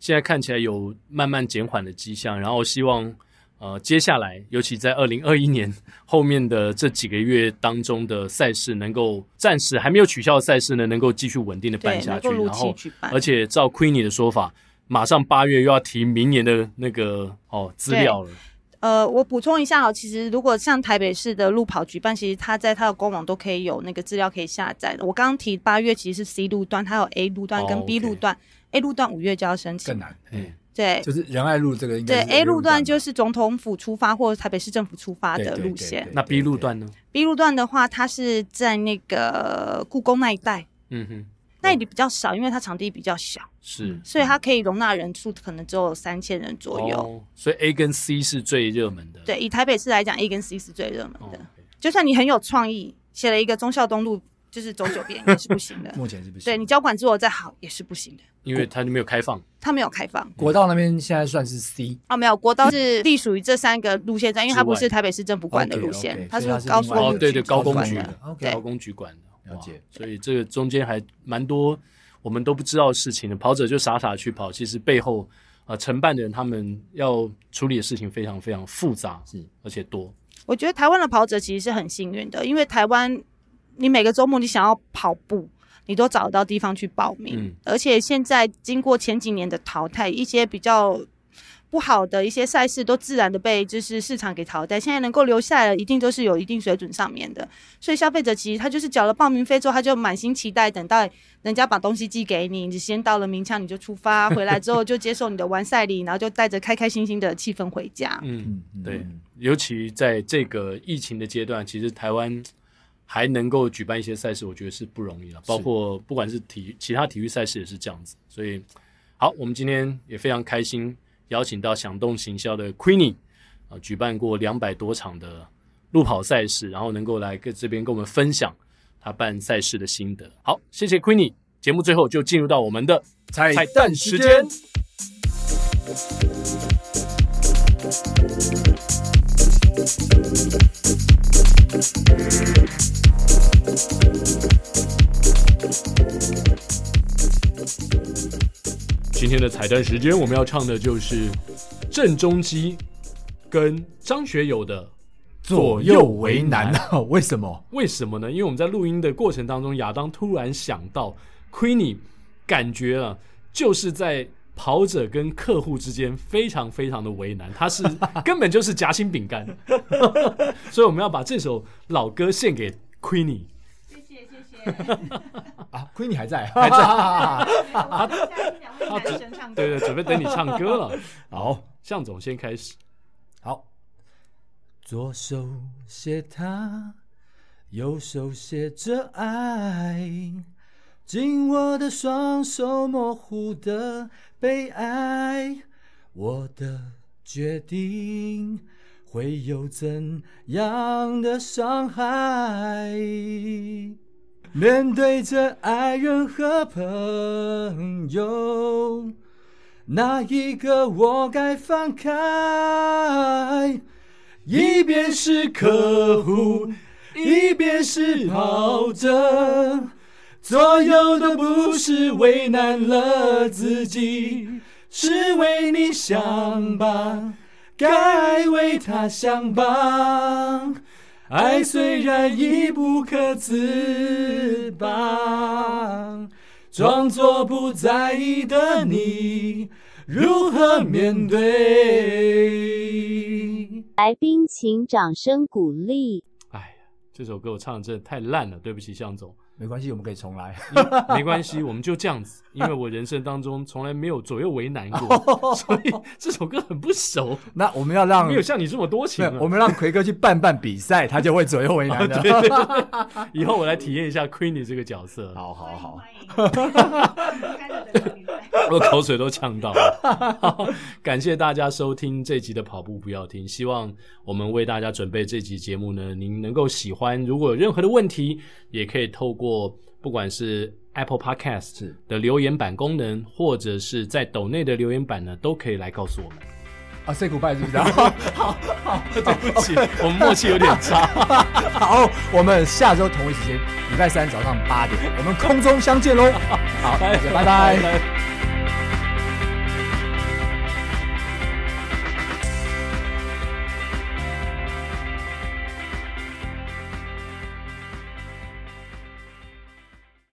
[SPEAKER 1] 现在看起来有慢慢减缓的迹象，然后希望呃接下来，尤其在二零二一年后面的这几个月当中的赛事，能够暂时还没有取消的赛事呢，能够继续稳定的办
[SPEAKER 3] 对，
[SPEAKER 1] 下
[SPEAKER 3] 能
[SPEAKER 1] 去，
[SPEAKER 3] 够如
[SPEAKER 1] 然
[SPEAKER 3] 期
[SPEAKER 1] 后
[SPEAKER 3] 举办，
[SPEAKER 1] 而且照 Queenie 的说法，马上八月又要提明年的那个哦资料了，
[SPEAKER 3] 呃，我补充一下哦，其实如果像台北市的路跑举办，其实它在它的官网都可以有那个资料可以下载的。我刚刚提八月其实是 C 路段，它有 A 路段
[SPEAKER 1] 哦
[SPEAKER 3] 跟 B
[SPEAKER 1] ，OK
[SPEAKER 3] 路段、a 路段五月就要申
[SPEAKER 2] 更
[SPEAKER 3] 请，
[SPEAKER 2] 难。
[SPEAKER 1] 嗯
[SPEAKER 2] 嗯，
[SPEAKER 3] 对
[SPEAKER 2] 就是仁爱路这个应
[SPEAKER 3] 对
[SPEAKER 2] 该是
[SPEAKER 3] ，A 路段就是是总统府出发或者台北市政府出发的路线
[SPEAKER 2] 对
[SPEAKER 1] 那 B
[SPEAKER 2] 对
[SPEAKER 1] 路段呢？
[SPEAKER 3] ，B 路段的话，它是在那个故宫那一带，
[SPEAKER 1] 嗯哼，
[SPEAKER 3] 那
[SPEAKER 2] 哦
[SPEAKER 3] 里比较少，因为它场地比较小，
[SPEAKER 1] 是
[SPEAKER 3] 所以它可以容纳人数可能只有三千人嗯左右。
[SPEAKER 1] 哦，所以 A 跟 C 是最热门的，
[SPEAKER 3] 对，以台北市来讲，A 跟 C 是最热门
[SPEAKER 1] 哦
[SPEAKER 3] 的。
[SPEAKER 1] ，OK
[SPEAKER 3] 就算你很有创意，写了一个忠孝东路就是走九遍也是 不行的。
[SPEAKER 2] 目前是不是？
[SPEAKER 3] 对你交管之后再好也是不行的，
[SPEAKER 1] 因为它就没有开放。
[SPEAKER 3] 它没有开放。
[SPEAKER 2] 国道那边现在算是 C，
[SPEAKER 3] 哦，没有，国道是隶属于这三个路线站，因为它
[SPEAKER 1] 之外
[SPEAKER 3] 不是台北市政府管的路线
[SPEAKER 2] OK，OK，
[SPEAKER 3] 它
[SPEAKER 2] 所以它是
[SPEAKER 3] 是高速
[SPEAKER 2] 另外
[SPEAKER 1] 哦，
[SPEAKER 2] 一个
[SPEAKER 3] 公路
[SPEAKER 1] 对对，
[SPEAKER 3] 局
[SPEAKER 1] 高
[SPEAKER 3] 所
[SPEAKER 1] 工
[SPEAKER 3] 管
[SPEAKER 1] 局
[SPEAKER 3] 的
[SPEAKER 2] 的，OK
[SPEAKER 1] 高
[SPEAKER 3] 对，
[SPEAKER 1] 工局管的，
[SPEAKER 2] 了
[SPEAKER 1] 哇
[SPEAKER 2] 解
[SPEAKER 1] 所以这个中间还蛮多我们都不知道的事情的。跑者就傻傻去跑，其实背后呃承办的人他们要处理的事情非常非常复杂，
[SPEAKER 2] 是
[SPEAKER 1] 而且多。
[SPEAKER 3] 我觉得台湾的跑者其实是很幸运的，因为台湾你每个周末你想要跑步，你都找得到地方去报名。
[SPEAKER 1] 嗯
[SPEAKER 3] 而且现在经过前几年的淘汰，一些比较不好的一些赛事都自然的被就是市场给淘汰。现在能够留下来的，一定都是有一定水准上面的。所以消费者其实他就是缴了报名费之后，他就满心期待等待人家把东西寄给你，你时间到了鸣枪你就出发，回来之后就接受你的完赛礼，然后就带着开开心心的气氛回家。
[SPEAKER 1] 嗯，
[SPEAKER 2] 嗯，嗯
[SPEAKER 1] 对
[SPEAKER 2] 嗯
[SPEAKER 1] 尤其在这个疫情的阶段，其实台湾还能够举办一些赛事，我觉得是不容易了。包括不管是体育其他体育赛事也是这样子，所以好，我们今天也非常开心，邀请到响动行销的 Queenie 啊、举办过两百多场的路跑赛事，然后能够来跟这边跟我们分享他办赛事的心得。好，谢谢 Queenie。节目最后就进入到我们的
[SPEAKER 2] 彩
[SPEAKER 1] 彩蛋时间。今天的彩蛋时间，我们要唱的就是郑中基跟张学友的《
[SPEAKER 2] 左右为难》啊？ 为什么？
[SPEAKER 1] 为什么呢？因为我们在录音的过程当中，亚当突然想到，Queenie 感觉啊，就是在跑者跟客户之间非常非常的为难，他是根本就是夹心饼干， 所以我们要把这首老歌献给 Queenie。
[SPEAKER 3] 谢谢谢谢，
[SPEAKER 2] 啊，亏你还在，还 在。
[SPEAKER 3] 我们下一两位男神唱歌。
[SPEAKER 1] 对对，准备等你唱歌了。
[SPEAKER 2] 好，
[SPEAKER 1] 向总先开始，
[SPEAKER 2] 好，左手写他，右手写着爱，紧握的双手模糊的悲哀，我的决定会有怎样的伤害？面对着爱人和朋友。哪一个我该放开？一边是客户，一边是跑者，左右的不是为难了自己，是为你想吧，该为他想吧。爱虽然已不可自拔，装作不在意的你，如何面对？
[SPEAKER 4] 来宾请掌声鼓励。
[SPEAKER 1] 哎呀，这首歌我唱的真的太烂了，对不起向总。
[SPEAKER 2] 没关系，我们可以重来。
[SPEAKER 1] 没关系，我们就这样子，因为我人生当中从来没有左右为难过，所以这首歌很不熟，
[SPEAKER 2] 那我们要让
[SPEAKER 1] 没有像你这么多情
[SPEAKER 2] 对
[SPEAKER 1] 啊。
[SPEAKER 2] 我们让奎哥去办办比赛，他就会左右为难 的。
[SPEAKER 1] 对对对， 以后我来体验一下 Queenie 这个角色。
[SPEAKER 2] 好好好，
[SPEAKER 3] 欢迎欢迎，开始等你来。
[SPEAKER 1] 我口水都呛到了。 好感谢大家收听这集的跑步不要停，希望我们为大家准备这集节目呢，您能够喜欢。如果有任何的问题，也可以透过不管是 Apple Podcast 的留言板功能，或者是在抖内的留言板呢，都可以来告诉我们。
[SPEAKER 2] 啊，say goodbye 是不是？ 好，
[SPEAKER 1] 对不起，我们默契有点 差。
[SPEAKER 2] 好，我们下周同一时间，礼拜三早上八点，我们空中相见喽。好，大家拜拜。